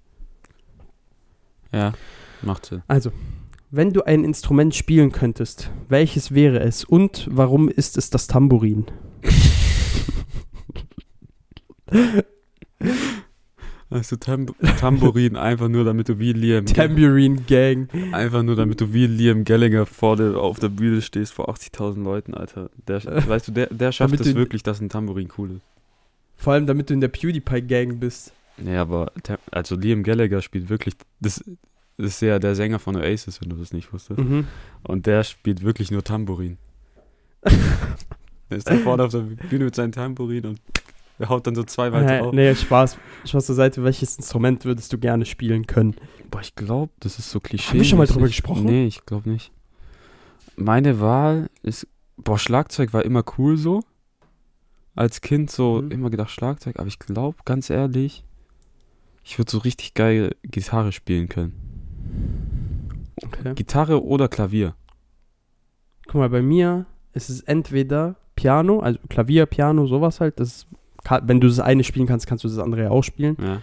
[SPEAKER 4] ja, macht Sinn.
[SPEAKER 3] Also, Wenn du ein Instrument spielen könntest, welches wäre es und warum ist es das Tambourin?
[SPEAKER 4] Also Tam Tambourin, einfach nur damit du wie Liam
[SPEAKER 3] Tambourine Gang.
[SPEAKER 4] Einfach nur damit du wie Liam Gallagher vor der, auf der Bühne stehst vor 80.000 Leuten, Alter. Der, weißt du, der, der schafft
[SPEAKER 3] Äh, Damit
[SPEAKER 4] es
[SPEAKER 3] du-
[SPEAKER 4] wirklich, dass ein Tambourin cool ist.
[SPEAKER 3] Vor allem, damit du in der PewDiePie Gang bist.
[SPEAKER 4] Nee, aber Tam- also Liam Gallagher spielt wirklich das, das ist ja der Sänger von Oasis, wenn du das nicht wusstest.
[SPEAKER 3] Mhm.
[SPEAKER 4] Und der spielt wirklich nur Tambourin. der ist da vorne auf der Bühne mit seinem Tambourin und der haut dann so zwei weiter
[SPEAKER 3] Nee,
[SPEAKER 4] auf.
[SPEAKER 3] nee, Spaß. Spaß zur Seite. Welches Instrument würdest du gerne spielen können?
[SPEAKER 4] Boah, ich glaube, das ist so klischee.
[SPEAKER 3] Haben wir schon mal drüber gesprochen?
[SPEAKER 4] Nee, ich glaube nicht. Meine Wahl ist. Boah, Schlagzeug war immer cool so. Als Kind so
[SPEAKER 3] Mhm.
[SPEAKER 4] immer gedacht Schlagzeug, aber ich glaube, ganz ehrlich, ich würde so richtig geil Gitarre spielen können.
[SPEAKER 3] Okay.
[SPEAKER 4] Gitarre oder Klavier.
[SPEAKER 3] Guck mal, bei mir ist es entweder Piano, also Klavier, Piano, sowas halt. Das ist, ka- wenn du das eine spielen kannst, kannst du das andere ja auch spielen.
[SPEAKER 4] Ja.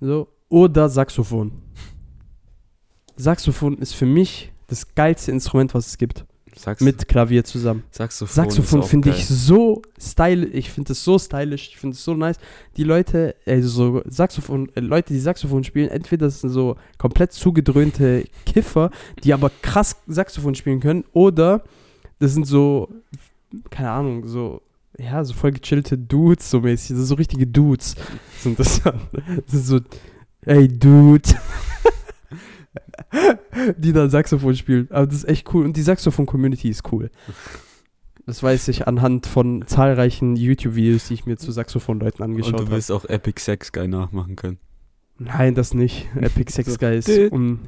[SPEAKER 3] So. Oder Saxophon. Saxophon ist für mich das geilste Instrument, was es gibt.
[SPEAKER 4] Sax
[SPEAKER 3] Mit Klavier zusammen.
[SPEAKER 4] Saxophon.
[SPEAKER 3] Saxophon
[SPEAKER 4] ist auch
[SPEAKER 3] finde
[SPEAKER 4] geil.
[SPEAKER 3] ich so stylisch. Ich finde es so stylisch. Ich finde es so nice. Die Leute, also so Saxophon, äh, Leute, die Saxophon spielen, entweder das sind so komplett zugedröhnte Kiffer, die aber krass Saxophon spielen können, oder das sind so, keine Ahnung, so, ja, so voll gechillte Dudes, so mäßig. Das sind so richtige Dudes. Sind das, dann. das sind so, ey, Dude. die dann Saxophon spielen. Aber das ist echt cool. Und die Saxophon-Community ist cool. Das weiß ich anhand von zahlreichen YouTube-Videos, die ich mir zu Saxophonleuten
[SPEAKER 4] Und
[SPEAKER 3] angeschaut
[SPEAKER 4] du
[SPEAKER 3] habe.
[SPEAKER 4] wirst auch Epic Sax geil nachmachen können.
[SPEAKER 3] Nein, das nicht. Epic Sex
[SPEAKER 4] So.
[SPEAKER 3] Guy ist
[SPEAKER 4] Dü-
[SPEAKER 3] um.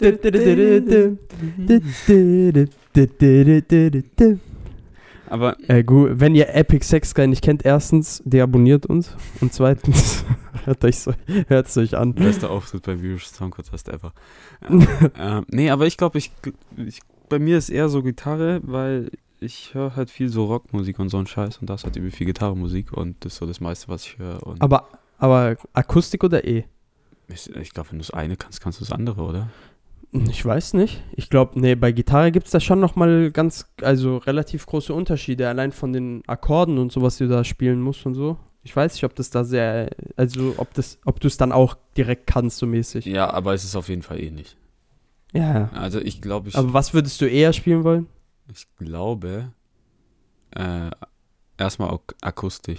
[SPEAKER 4] Aber
[SPEAKER 3] Äh, gut, wenn ihr Epic Sex Guy nicht kennt, erstens, deabonniert uns und zweitens, hört euch so, hört's euch an.
[SPEAKER 4] Bester Auftritt beim Eurovision Song Contest ever. ähm, nee, aber ich glaube, ich, ich, bei mir ist eher so Gitarre, weil ich höre halt viel so Rockmusik und so einen Scheiß und das halt übel viel Gitarrenmusik und das ist so das meiste, was ich höre. Und
[SPEAKER 3] Aber, aber Akustik oder E?
[SPEAKER 4] ich, ich glaube, wenn du das eine kannst, kannst du das andere, oder?
[SPEAKER 3] Ich weiß nicht. Ich glaube, nee, bei Gitarre gibt es da schon nochmal ganz, also relativ große Unterschiede, allein von den Akkorden und so, was du da spielen musst und so. Ich weiß nicht, ob das da sehr, also ob das, ob du es dann auch direkt kannst, so mäßig.
[SPEAKER 4] Ja, aber es ist auf jeden Fall ähnlich.
[SPEAKER 3] Ja, ja.
[SPEAKER 4] Also ich glaube, ich,
[SPEAKER 3] Aber was würdest du eher spielen wollen?
[SPEAKER 4] ich glaube äh, erstmal Ak Akustik.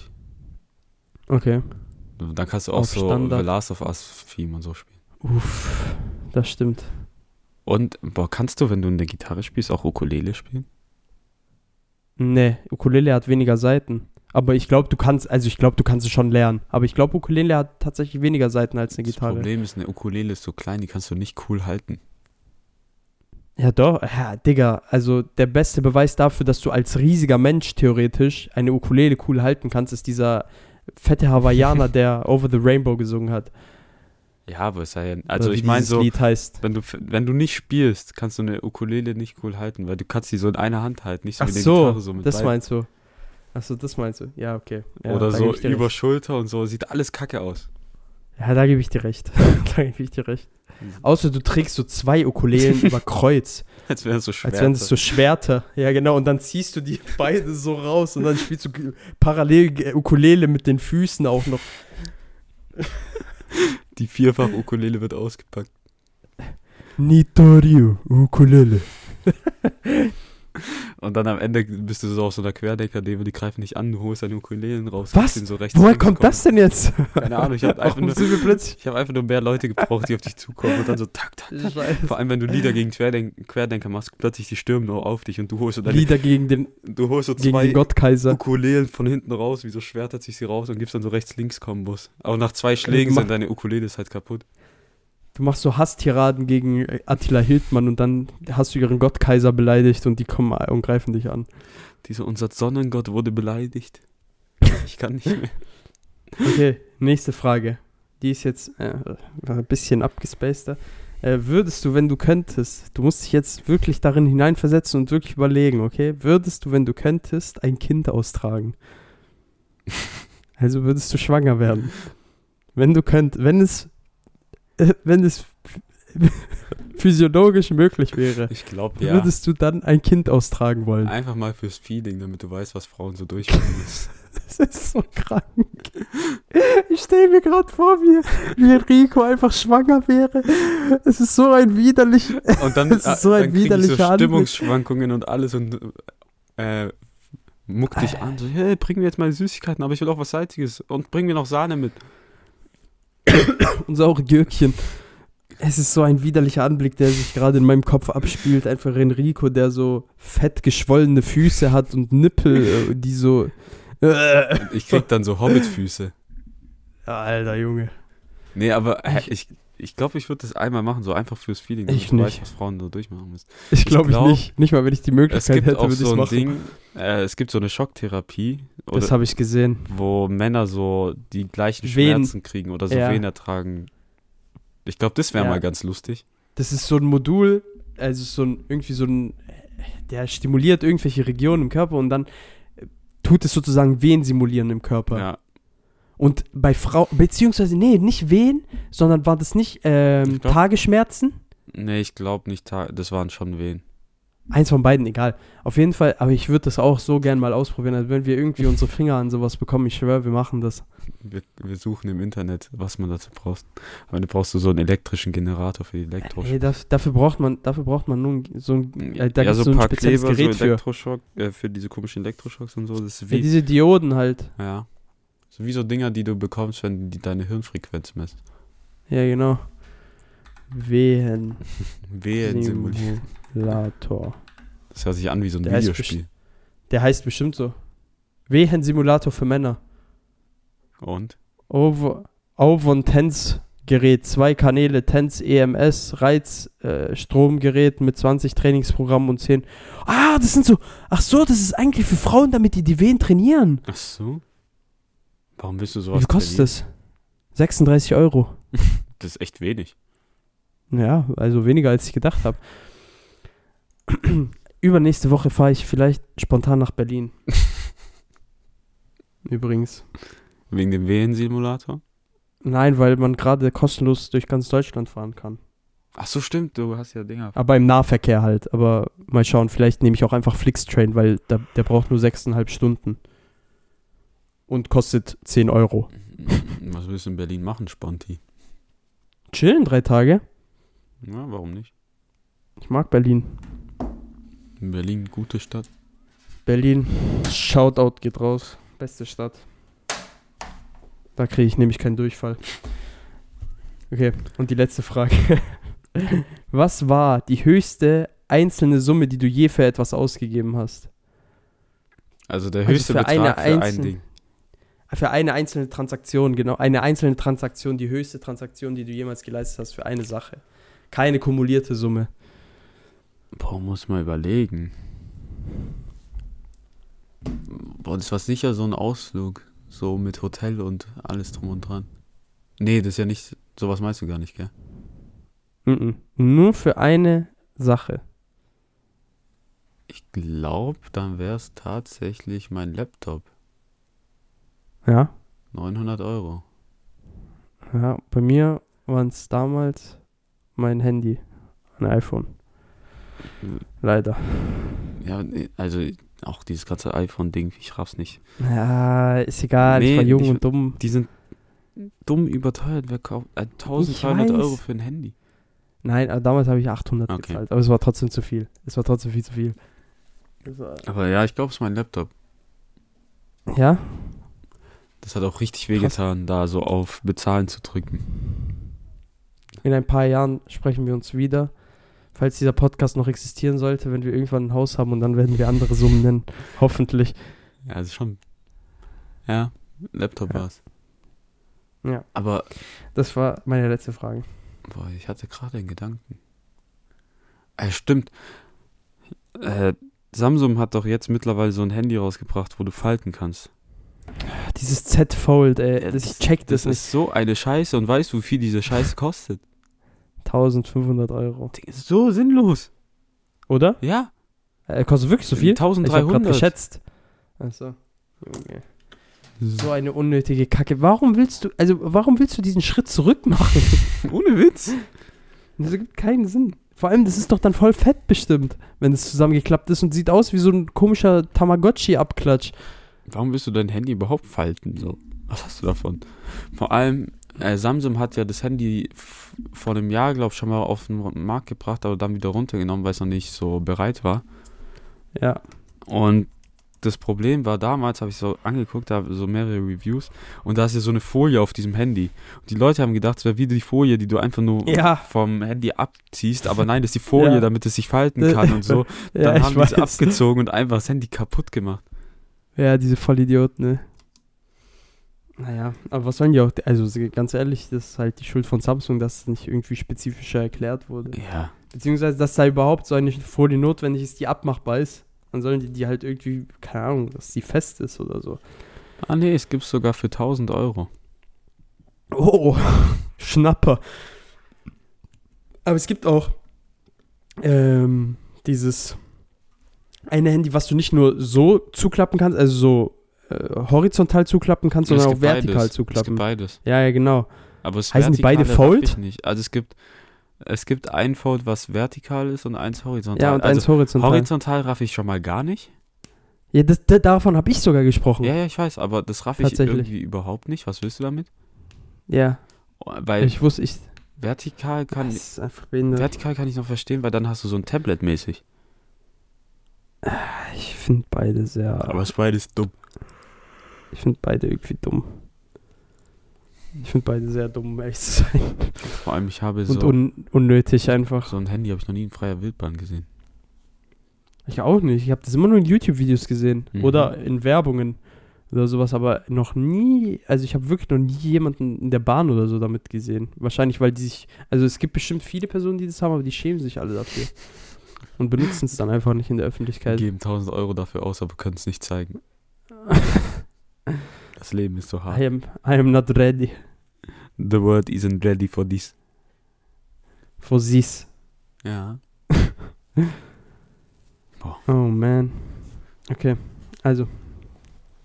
[SPEAKER 3] Okay.
[SPEAKER 4] Dann kannst du auch
[SPEAKER 3] Auf
[SPEAKER 4] so
[SPEAKER 3] Standard.
[SPEAKER 4] The Last of Us Theme und so spielen.
[SPEAKER 3] Uff, das stimmt.
[SPEAKER 4] Und boah, kannst du, wenn du eine Gitarre spielst, auch Ukulele spielen?
[SPEAKER 3] Nee, Ukulele hat weniger Seiten. Aber ich glaube, du kannst, also ich glaube, du kannst es schon lernen. Aber ich glaube, Ukulele hat tatsächlich weniger Seiten als eine
[SPEAKER 4] Das
[SPEAKER 3] Gitarre.
[SPEAKER 4] Problem ist, eine Ukulele ist so klein, die kannst du nicht cool halten.
[SPEAKER 3] Ja, doch, ja, Digga, also der beste Beweis dafür, dass du als riesiger Mensch theoretisch eine Ukulele cool halten kannst, ist dieser fette Hawaiianer, der Over the Rainbow gesungen hat.
[SPEAKER 4] Ja, aber es sei ja, also
[SPEAKER 3] Oder wie
[SPEAKER 4] ich meine
[SPEAKER 3] dieses
[SPEAKER 4] so,
[SPEAKER 3] Lied heißt.
[SPEAKER 4] wenn du, wenn du nicht spielst, kannst du eine Ukulele nicht cool halten, weil du kannst die so in einer Hand halten, nicht so
[SPEAKER 3] Ach
[SPEAKER 4] wie eine
[SPEAKER 3] so,
[SPEAKER 4] Gitarre so mit
[SPEAKER 3] das
[SPEAKER 4] beiden.
[SPEAKER 3] meinst du. Ach so, das meinst du. Ja, okay. Ja,
[SPEAKER 4] Oder
[SPEAKER 3] da
[SPEAKER 4] so
[SPEAKER 3] geb ich dir
[SPEAKER 4] über
[SPEAKER 3] recht.
[SPEAKER 4] Schulter und so, sieht alles kacke aus.
[SPEAKER 3] Ja, da gebe ich dir recht. da gebe ich dir recht.
[SPEAKER 4] Mhm.
[SPEAKER 3] Außer du trägst so zwei Ukulelen über Kreuz,
[SPEAKER 4] Als wären es so schwer.
[SPEAKER 3] als wären es so Schwerter. Ja, genau. Und dann ziehst du die beide so raus und dann spielst du ge- parallel äh, Ukulele mit den Füßen auch noch.
[SPEAKER 4] die vierfach Ukulele wird ausgepackt.
[SPEAKER 3] Nitorio, Ukulele.
[SPEAKER 4] Und dann am Ende bist du so auf so einer querdecker die greifen dich an, du holst deine Ukulelen raus.
[SPEAKER 3] Was?
[SPEAKER 4] hast ihn So rechts
[SPEAKER 3] Woher kommt das denn jetzt?
[SPEAKER 4] angekommen. Keine Ahnung, ich habe einfach,
[SPEAKER 3] Warum
[SPEAKER 4] nur-
[SPEAKER 3] sind wir plötzlich?
[SPEAKER 4] ich hab einfach nur mehr Leute gebraucht, die auf dich zukommen und dann so tak, tak, tak.
[SPEAKER 3] Scheiße.
[SPEAKER 4] Vor allem, wenn du Lieder gegen Querdenker, Querdenker machst, plötzlich die stürmen nur auf dich und du holst so, deine,
[SPEAKER 3] Lieder gegen den,
[SPEAKER 4] du holst so
[SPEAKER 3] gegen
[SPEAKER 4] zwei
[SPEAKER 3] den Gottkaiser.
[SPEAKER 4] Ukulelen von hinten raus, wie so schwertert sich sie raus und gibst dann so rechts-links-Kombos. Aber nach zwei Schlägen
[SPEAKER 3] Äh, mach-
[SPEAKER 4] sind deine Ukuleles halt kaputt.
[SPEAKER 3] Du machst so Hasstiraden gegen äh, Attila Hildmann und dann hast du ihren Gottkaiser beleidigt und die kommen äh, und greifen dich an.
[SPEAKER 4] Dieser unser Sonnengott wurde beleidigt. Ich kann nicht mehr.
[SPEAKER 3] Okay, nächste Frage. Die ist jetzt äh, ein bisschen abgespaceder. Äh, würdest du, wenn du könntest, du musst dich jetzt wirklich darin hineinversetzen und wirklich überlegen, okay? Würdest du, wenn du könntest, ein Kind austragen? Also würdest du schwanger werden? Wenn du könnt, wenn es, äh, wenn es physiologisch möglich wäre,
[SPEAKER 4] Ich glaube, ja.
[SPEAKER 3] würdest du dann ein Kind austragen wollen?
[SPEAKER 4] Einfach mal fürs Feeling, damit du weißt, was Frauen so durchmachen müssen.
[SPEAKER 3] Das ist so krank. Ich stelle mir gerade vor, wie, wie Rico einfach schwanger wäre. Es ist so ein widerlich.
[SPEAKER 4] Und dann,
[SPEAKER 3] Das ist so
[SPEAKER 4] äh,
[SPEAKER 3] ein
[SPEAKER 4] dann kriegen die so
[SPEAKER 3] widerlicher Anblick.
[SPEAKER 4] Stimmungsschwankungen und alles und äh, muck
[SPEAKER 3] Äh.
[SPEAKER 4] dich an. So, hey, bring mir jetzt mal Süßigkeiten, aber ich will auch was Salziges. Und bring mir noch Sahne mit.
[SPEAKER 3] Und saure Gürkchen. Es ist so ein widerlicher Anblick, der sich gerade in meinem Kopf abspielt. Einfach Enrico, der so fett geschwollene Füße hat und Nippel, äh, die so. Äh,
[SPEAKER 4] Und ich krieg dann so Hobbitfüße.
[SPEAKER 3] Alter Junge.
[SPEAKER 4] Nee, aber äh, ich, ich glaube, ich würde das einmal machen, so einfach fürs Feeling, damit
[SPEAKER 3] Ich
[SPEAKER 4] du weißt,
[SPEAKER 3] nicht.
[SPEAKER 4] was Frauen so durchmachen müssen.
[SPEAKER 3] Ich glaube ich
[SPEAKER 4] glaub,
[SPEAKER 3] nicht. Nicht mal, wenn ich die
[SPEAKER 4] Es
[SPEAKER 3] Möglichkeit
[SPEAKER 4] gibt
[SPEAKER 3] hätte,
[SPEAKER 4] auch
[SPEAKER 3] würde ich
[SPEAKER 4] so
[SPEAKER 3] es
[SPEAKER 4] ein
[SPEAKER 3] machen.
[SPEAKER 4] Ding, äh, es gibt so eine Schocktherapie,
[SPEAKER 3] das
[SPEAKER 4] oder,
[SPEAKER 3] habe ich gesehen.
[SPEAKER 4] wo Männer so die gleichen
[SPEAKER 3] Wehen.
[SPEAKER 4] Schmerzen kriegen oder so
[SPEAKER 3] Ja.
[SPEAKER 4] Wehen ertragen. Ich glaube, das wäre
[SPEAKER 3] Ja.
[SPEAKER 4] mal ganz lustig.
[SPEAKER 3] Das ist so ein Modul, also so ein, irgendwie so ein, der stimuliert irgendwelche Regionen im Körper und dann äh, tut es sozusagen Wehen simulieren im Körper.
[SPEAKER 4] Ja,
[SPEAKER 3] Und bei Frau, beziehungsweise, nee, nicht Wehen, sondern war das nicht ähm,
[SPEAKER 4] Ich glaub-
[SPEAKER 3] Tagesschmerzen?
[SPEAKER 4] nee, ich glaube nicht, ta- das waren schon Wehen.
[SPEAKER 3] Eins von beiden, egal. Auf jeden Fall, aber ich würde das auch so gern mal ausprobieren. Also wenn wir irgendwie unsere Finger an sowas bekommen, ich schwöre, wir machen das.
[SPEAKER 4] Wir, wir suchen im Internet, was man dazu braucht. Am Ende brauchst du so einen elektrischen Generator für die Elektroschock.
[SPEAKER 3] Ey, das, dafür braucht man, dafür braucht man nun so ein, äh, da
[SPEAKER 4] ja,
[SPEAKER 3] gibt's
[SPEAKER 4] so
[SPEAKER 3] so
[SPEAKER 4] ein
[SPEAKER 3] ein
[SPEAKER 4] paar
[SPEAKER 3] spezielles
[SPEAKER 4] Kleber,
[SPEAKER 3] Gerät
[SPEAKER 4] so
[SPEAKER 3] für.
[SPEAKER 4] Elektroschock, äh, für diese komischen Elektroschocks und so. Das ist
[SPEAKER 3] ja,
[SPEAKER 4] wie,
[SPEAKER 3] diese Dioden halt.
[SPEAKER 4] ja. So wie so Dinger, die du bekommst, wenn die deine Hirnfrequenz messen.
[SPEAKER 3] Ja, genau. Wehen.
[SPEAKER 4] Wehen simulieren.
[SPEAKER 3] Simulator.
[SPEAKER 4] Das hört sich an wie so ein
[SPEAKER 3] Der ist
[SPEAKER 4] Videospiel.
[SPEAKER 3] Der heißt bestimmt so. Wehensimulator für Männer.
[SPEAKER 4] Und?
[SPEAKER 3] Over, Over und Tens Gerät, zwei Kanäle, Tens EMS, Reiz, äh, Stromgerät mit 20 Trainingsprogrammen und 10. Ah, das sind so. Ach so, das ist eigentlich für Frauen, damit die die Wehen trainieren.
[SPEAKER 4] Ach so. Warum willst du
[SPEAKER 3] Wie
[SPEAKER 4] sowas?
[SPEAKER 3] viel kostet
[SPEAKER 4] trainieren?
[SPEAKER 3] das? 36 Euro.
[SPEAKER 4] Das ist echt wenig.
[SPEAKER 3] Ja, also weniger als ich gedacht habe. Übernächste Woche fahre ich vielleicht spontan nach Berlin. Übrigens.
[SPEAKER 4] Wegen dem Wehensimulator?
[SPEAKER 3] Nein, weil man gerade kostenlos durch ganz Deutschland fahren kann.
[SPEAKER 4] Ach so, stimmt, du hast ja Dinger.
[SPEAKER 3] Aber im Nahverkehr halt. Aber mal schauen, vielleicht nehme ich auch einfach Flixtrain, weil da, der braucht nur 6,5 Stunden. Und kostet 10 Euro.
[SPEAKER 4] Was willst du in Berlin machen, Sponti?
[SPEAKER 3] Chillen drei Tage.
[SPEAKER 4] Na, warum nicht?
[SPEAKER 3] Ich mag Berlin.
[SPEAKER 4] In Berlin, gute Stadt.
[SPEAKER 3] Berlin, Shoutout geht raus. Beste Stadt. Da kriege ich nämlich keinen Durchfall. Okay, und die letzte Frage. Was war die höchste einzelne Summe, die du je für etwas ausgegeben hast?
[SPEAKER 4] Also der
[SPEAKER 3] Also
[SPEAKER 4] höchste
[SPEAKER 3] für eine
[SPEAKER 4] Betrag für ein
[SPEAKER 3] einzelne-
[SPEAKER 4] Ding.
[SPEAKER 3] Für eine einzelne Transaktion, genau. Eine einzelne Transaktion, die höchste Transaktion, die du jemals geleistet hast, für eine Sache. Keine kumulierte Summe.
[SPEAKER 4] Boah, muss mal überlegen. Boah, das war sicher so ein Ausflug. So mit Hotel und alles drum und dran. Nee, das ist ja nicht. Sowas meinst du gar nicht, gell?
[SPEAKER 3] Mhm. Nur für eine Sache.
[SPEAKER 4] Ich glaube, dann wäre es tatsächlich mein Laptop.
[SPEAKER 3] Ja.
[SPEAKER 4] 900 Euro.
[SPEAKER 3] Ja, bei mir waren es damals mein Handy, ein iPhone.
[SPEAKER 4] Mhm.
[SPEAKER 3] Leider.
[SPEAKER 4] Ja, nee, also auch dieses ganze iPhone-Ding, ich raff's nicht.
[SPEAKER 3] Ja, ist egal, ich
[SPEAKER 4] Nee,
[SPEAKER 3] war jung
[SPEAKER 4] ich-
[SPEAKER 3] und dumm.
[SPEAKER 4] Die sind dumm überteuert. Wer kauft äh, 1300
[SPEAKER 3] Ich weiß.
[SPEAKER 4] Euro für ein Handy?
[SPEAKER 3] Nein, aber damals habe ich 800
[SPEAKER 4] Okay.
[SPEAKER 3] gezahlt, aber es war trotzdem zu viel. Es war trotzdem viel zu viel. Es war-
[SPEAKER 4] Aber ja, ich glaube, es ist mein Laptop.
[SPEAKER 3] Ja?
[SPEAKER 4] Das hat auch richtig
[SPEAKER 3] Krass.
[SPEAKER 4] wehgetan, da so auf Bezahlen zu drücken.
[SPEAKER 3] In ein paar Jahren sprechen wir uns wieder. Falls dieser Podcast noch existieren sollte, wenn wir irgendwann ein Haus haben und dann werden wir andere Summen nennen. Hoffentlich.
[SPEAKER 4] Ja, also schon. Ja, Laptop
[SPEAKER 3] Ja.
[SPEAKER 4] war's.
[SPEAKER 3] Ja.
[SPEAKER 4] Aber,
[SPEAKER 3] Das war meine letzte Frage.
[SPEAKER 4] boah, ich hatte gerade einen Gedanken. Äh, stimmt. Äh, Samsung hat doch jetzt mittlerweile so ein Handy rausgebracht, wo du falten kannst.
[SPEAKER 3] Dieses Z-Fold, ey,
[SPEAKER 4] Ja,
[SPEAKER 3] Äh, das, ich check das,
[SPEAKER 4] Das
[SPEAKER 3] nicht.
[SPEAKER 4] ist so eine Scheiße und weißt du, wie viel diese Scheiße kostet?
[SPEAKER 3] 1500 Euro.
[SPEAKER 4] Ding ist so sinnlos.
[SPEAKER 3] Oder?
[SPEAKER 4] Ja,
[SPEAKER 3] Äh, kostet wirklich so viel? Ich hab grad
[SPEAKER 4] 1300.
[SPEAKER 3] geschätzt. Hm. Achso. So eine unnötige Kacke. Warum willst du, also warum willst du diesen Schritt zurück machen?
[SPEAKER 4] Ohne Witz.
[SPEAKER 3] Das ergibt keinen Sinn. Vor allem, das ist doch dann voll fett bestimmt, wenn es zusammengeklappt ist und sieht aus wie so ein komischer Tamagotchi-Abklatsch.
[SPEAKER 4] Warum willst du dein Handy überhaupt falten? So? Was hast du davon? Vor allem, äh, Samsung hat ja das Handy f- vor einem Jahr, glaube ich, schon mal auf den Markt gebracht, aber dann wieder runtergenommen, weil es noch nicht so bereit war.
[SPEAKER 3] Ja.
[SPEAKER 4] Und das Problem war damals, habe ich so angeguckt, da so mehrere Reviews, und da ist ja so eine Folie auf diesem Handy. Und die Leute haben gedacht, es wäre wieder die Folie, die du einfach nur
[SPEAKER 3] Ja.
[SPEAKER 4] vom Handy abziehst, aber nein, das ist die Folie,
[SPEAKER 3] Ja.
[SPEAKER 4] damit es sich falten kann und so.
[SPEAKER 3] ja,
[SPEAKER 4] Dann
[SPEAKER 3] ich
[SPEAKER 4] haben die
[SPEAKER 3] weiß.
[SPEAKER 4] es abgezogen und einfach das Handy kaputt gemacht.
[SPEAKER 3] Ja, diese Vollidioten, ne? Naja, aber was sollen die auch? Also se- ganz ehrlich, das ist halt die Schuld von Samsung, dass es nicht irgendwie spezifischer erklärt wurde.
[SPEAKER 4] Ja.
[SPEAKER 3] Beziehungsweise, dass da überhaupt so eine Folie notwendig ist, die abmachbar ist. Dann sollen die die halt irgendwie, keine Ahnung, dass die fest ist oder so.
[SPEAKER 4] Ah nee, es gibt sogar für 1000 Euro.
[SPEAKER 3] Oh, Schnapper. Aber es gibt auch ähm, dieses eine Handy, was du nicht nur so zuklappen kannst, also so äh, horizontal zuklappen kannst, sondern
[SPEAKER 4] es
[SPEAKER 3] auch
[SPEAKER 4] gibt
[SPEAKER 3] vertikal
[SPEAKER 4] beides. Es
[SPEAKER 3] zuklappen.
[SPEAKER 4] gibt beides.
[SPEAKER 3] Ja, ja, genau.
[SPEAKER 4] Aber es
[SPEAKER 3] Heißen die beide Fold?
[SPEAKER 4] Ich nicht. Also es gibt, es gibt ein Fold, was vertikal ist und eins horizontal.
[SPEAKER 3] Ja, und
[SPEAKER 4] also
[SPEAKER 3] eins horizontal.
[SPEAKER 4] horizontal raff ich schon mal gar nicht.
[SPEAKER 3] ja, das, da, davon habe ich sogar gesprochen.
[SPEAKER 4] Ja, ja, ich weiß, aber das raff ich
[SPEAKER 3] Tatsächlich.
[SPEAKER 4] irgendwie überhaupt nicht. Was willst du damit?
[SPEAKER 3] Ja,
[SPEAKER 4] Weil
[SPEAKER 3] ich wusste, ich.
[SPEAKER 4] vertikal kann
[SPEAKER 3] das ist einfach behindert.
[SPEAKER 4] vertikal kann ich noch verstehen, weil dann hast du so ein Tablet mäßig.
[SPEAKER 3] Ich finde beide sehr.
[SPEAKER 4] es beides dumm.
[SPEAKER 3] ich finde beide irgendwie dumm. Ich finde beide sehr dumm, um ehrlich zu sein.
[SPEAKER 4] Vor allem ich habe
[SPEAKER 3] Und
[SPEAKER 4] so,
[SPEAKER 3] un unnötig einfach.
[SPEAKER 4] so ein Handy habe ich noch nie in freier Wildbahn gesehen.
[SPEAKER 3] Ich auch nicht. Ich habe das immer nur in YouTube-Videos gesehen
[SPEAKER 4] Mhm.
[SPEAKER 3] oder in Werbungen oder sowas, aber noch nie, also ich habe wirklich noch nie jemanden in der Bahn oder so damit gesehen. Wahrscheinlich, weil die sich, also es gibt bestimmt viele Personen, die das haben, aber die schämen sich alle dafür. Und benutzen es dann einfach nicht in der Öffentlichkeit.
[SPEAKER 4] Geben 1000 Euro dafür aus, aber können es nicht zeigen. Das Leben ist so hart.
[SPEAKER 3] I am, I am not ready
[SPEAKER 4] The world isn't ready for this.
[SPEAKER 3] for this.
[SPEAKER 4] Ja.
[SPEAKER 3] Oh man. Okay, also,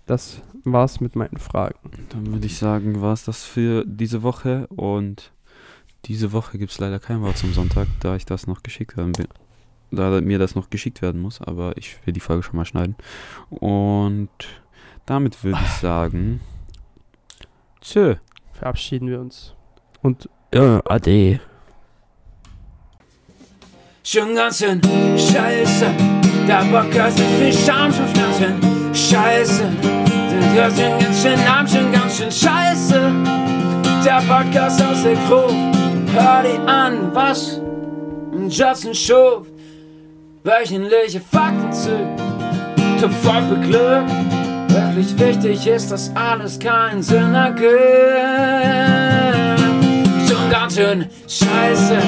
[SPEAKER 3] das war's mit meinen Fragen.
[SPEAKER 4] Dann würde ich sagen, war es das für diese Woche und diese Woche gibt es leider kein Wort zum Sonntag, da ich das noch geschickt werden will. Da mir das noch geschickt werden muss, aber ich will die Folge schon mal schneiden. Und damit würde ich sagen. Tschö.
[SPEAKER 3] Verabschieden wir uns. Und
[SPEAKER 4] Ja, ade.
[SPEAKER 1] Schon ganz schön scheiße, der Podcast ist viel Scham, schon ganz schön scheiße. Sind wir schon ganz schön arm, schon ganz schön scheiße. Der Podcast aus der Crew, hör dir an, was Justin Schuf wöchentliche Fakten zu Top 5 Glück. Wirklich wichtig ist, dass alles keinen Sinn ergibt. Schon ganz schön scheiße.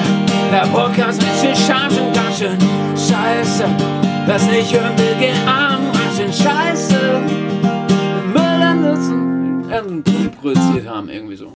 [SPEAKER 1] Der Podcast mit viel Scham, schon ganz schön scheiße. Was nicht hören will, geht arm, ganz schön scheiße. Müll an Nutzen, äh, produziert haben, irgendwie so.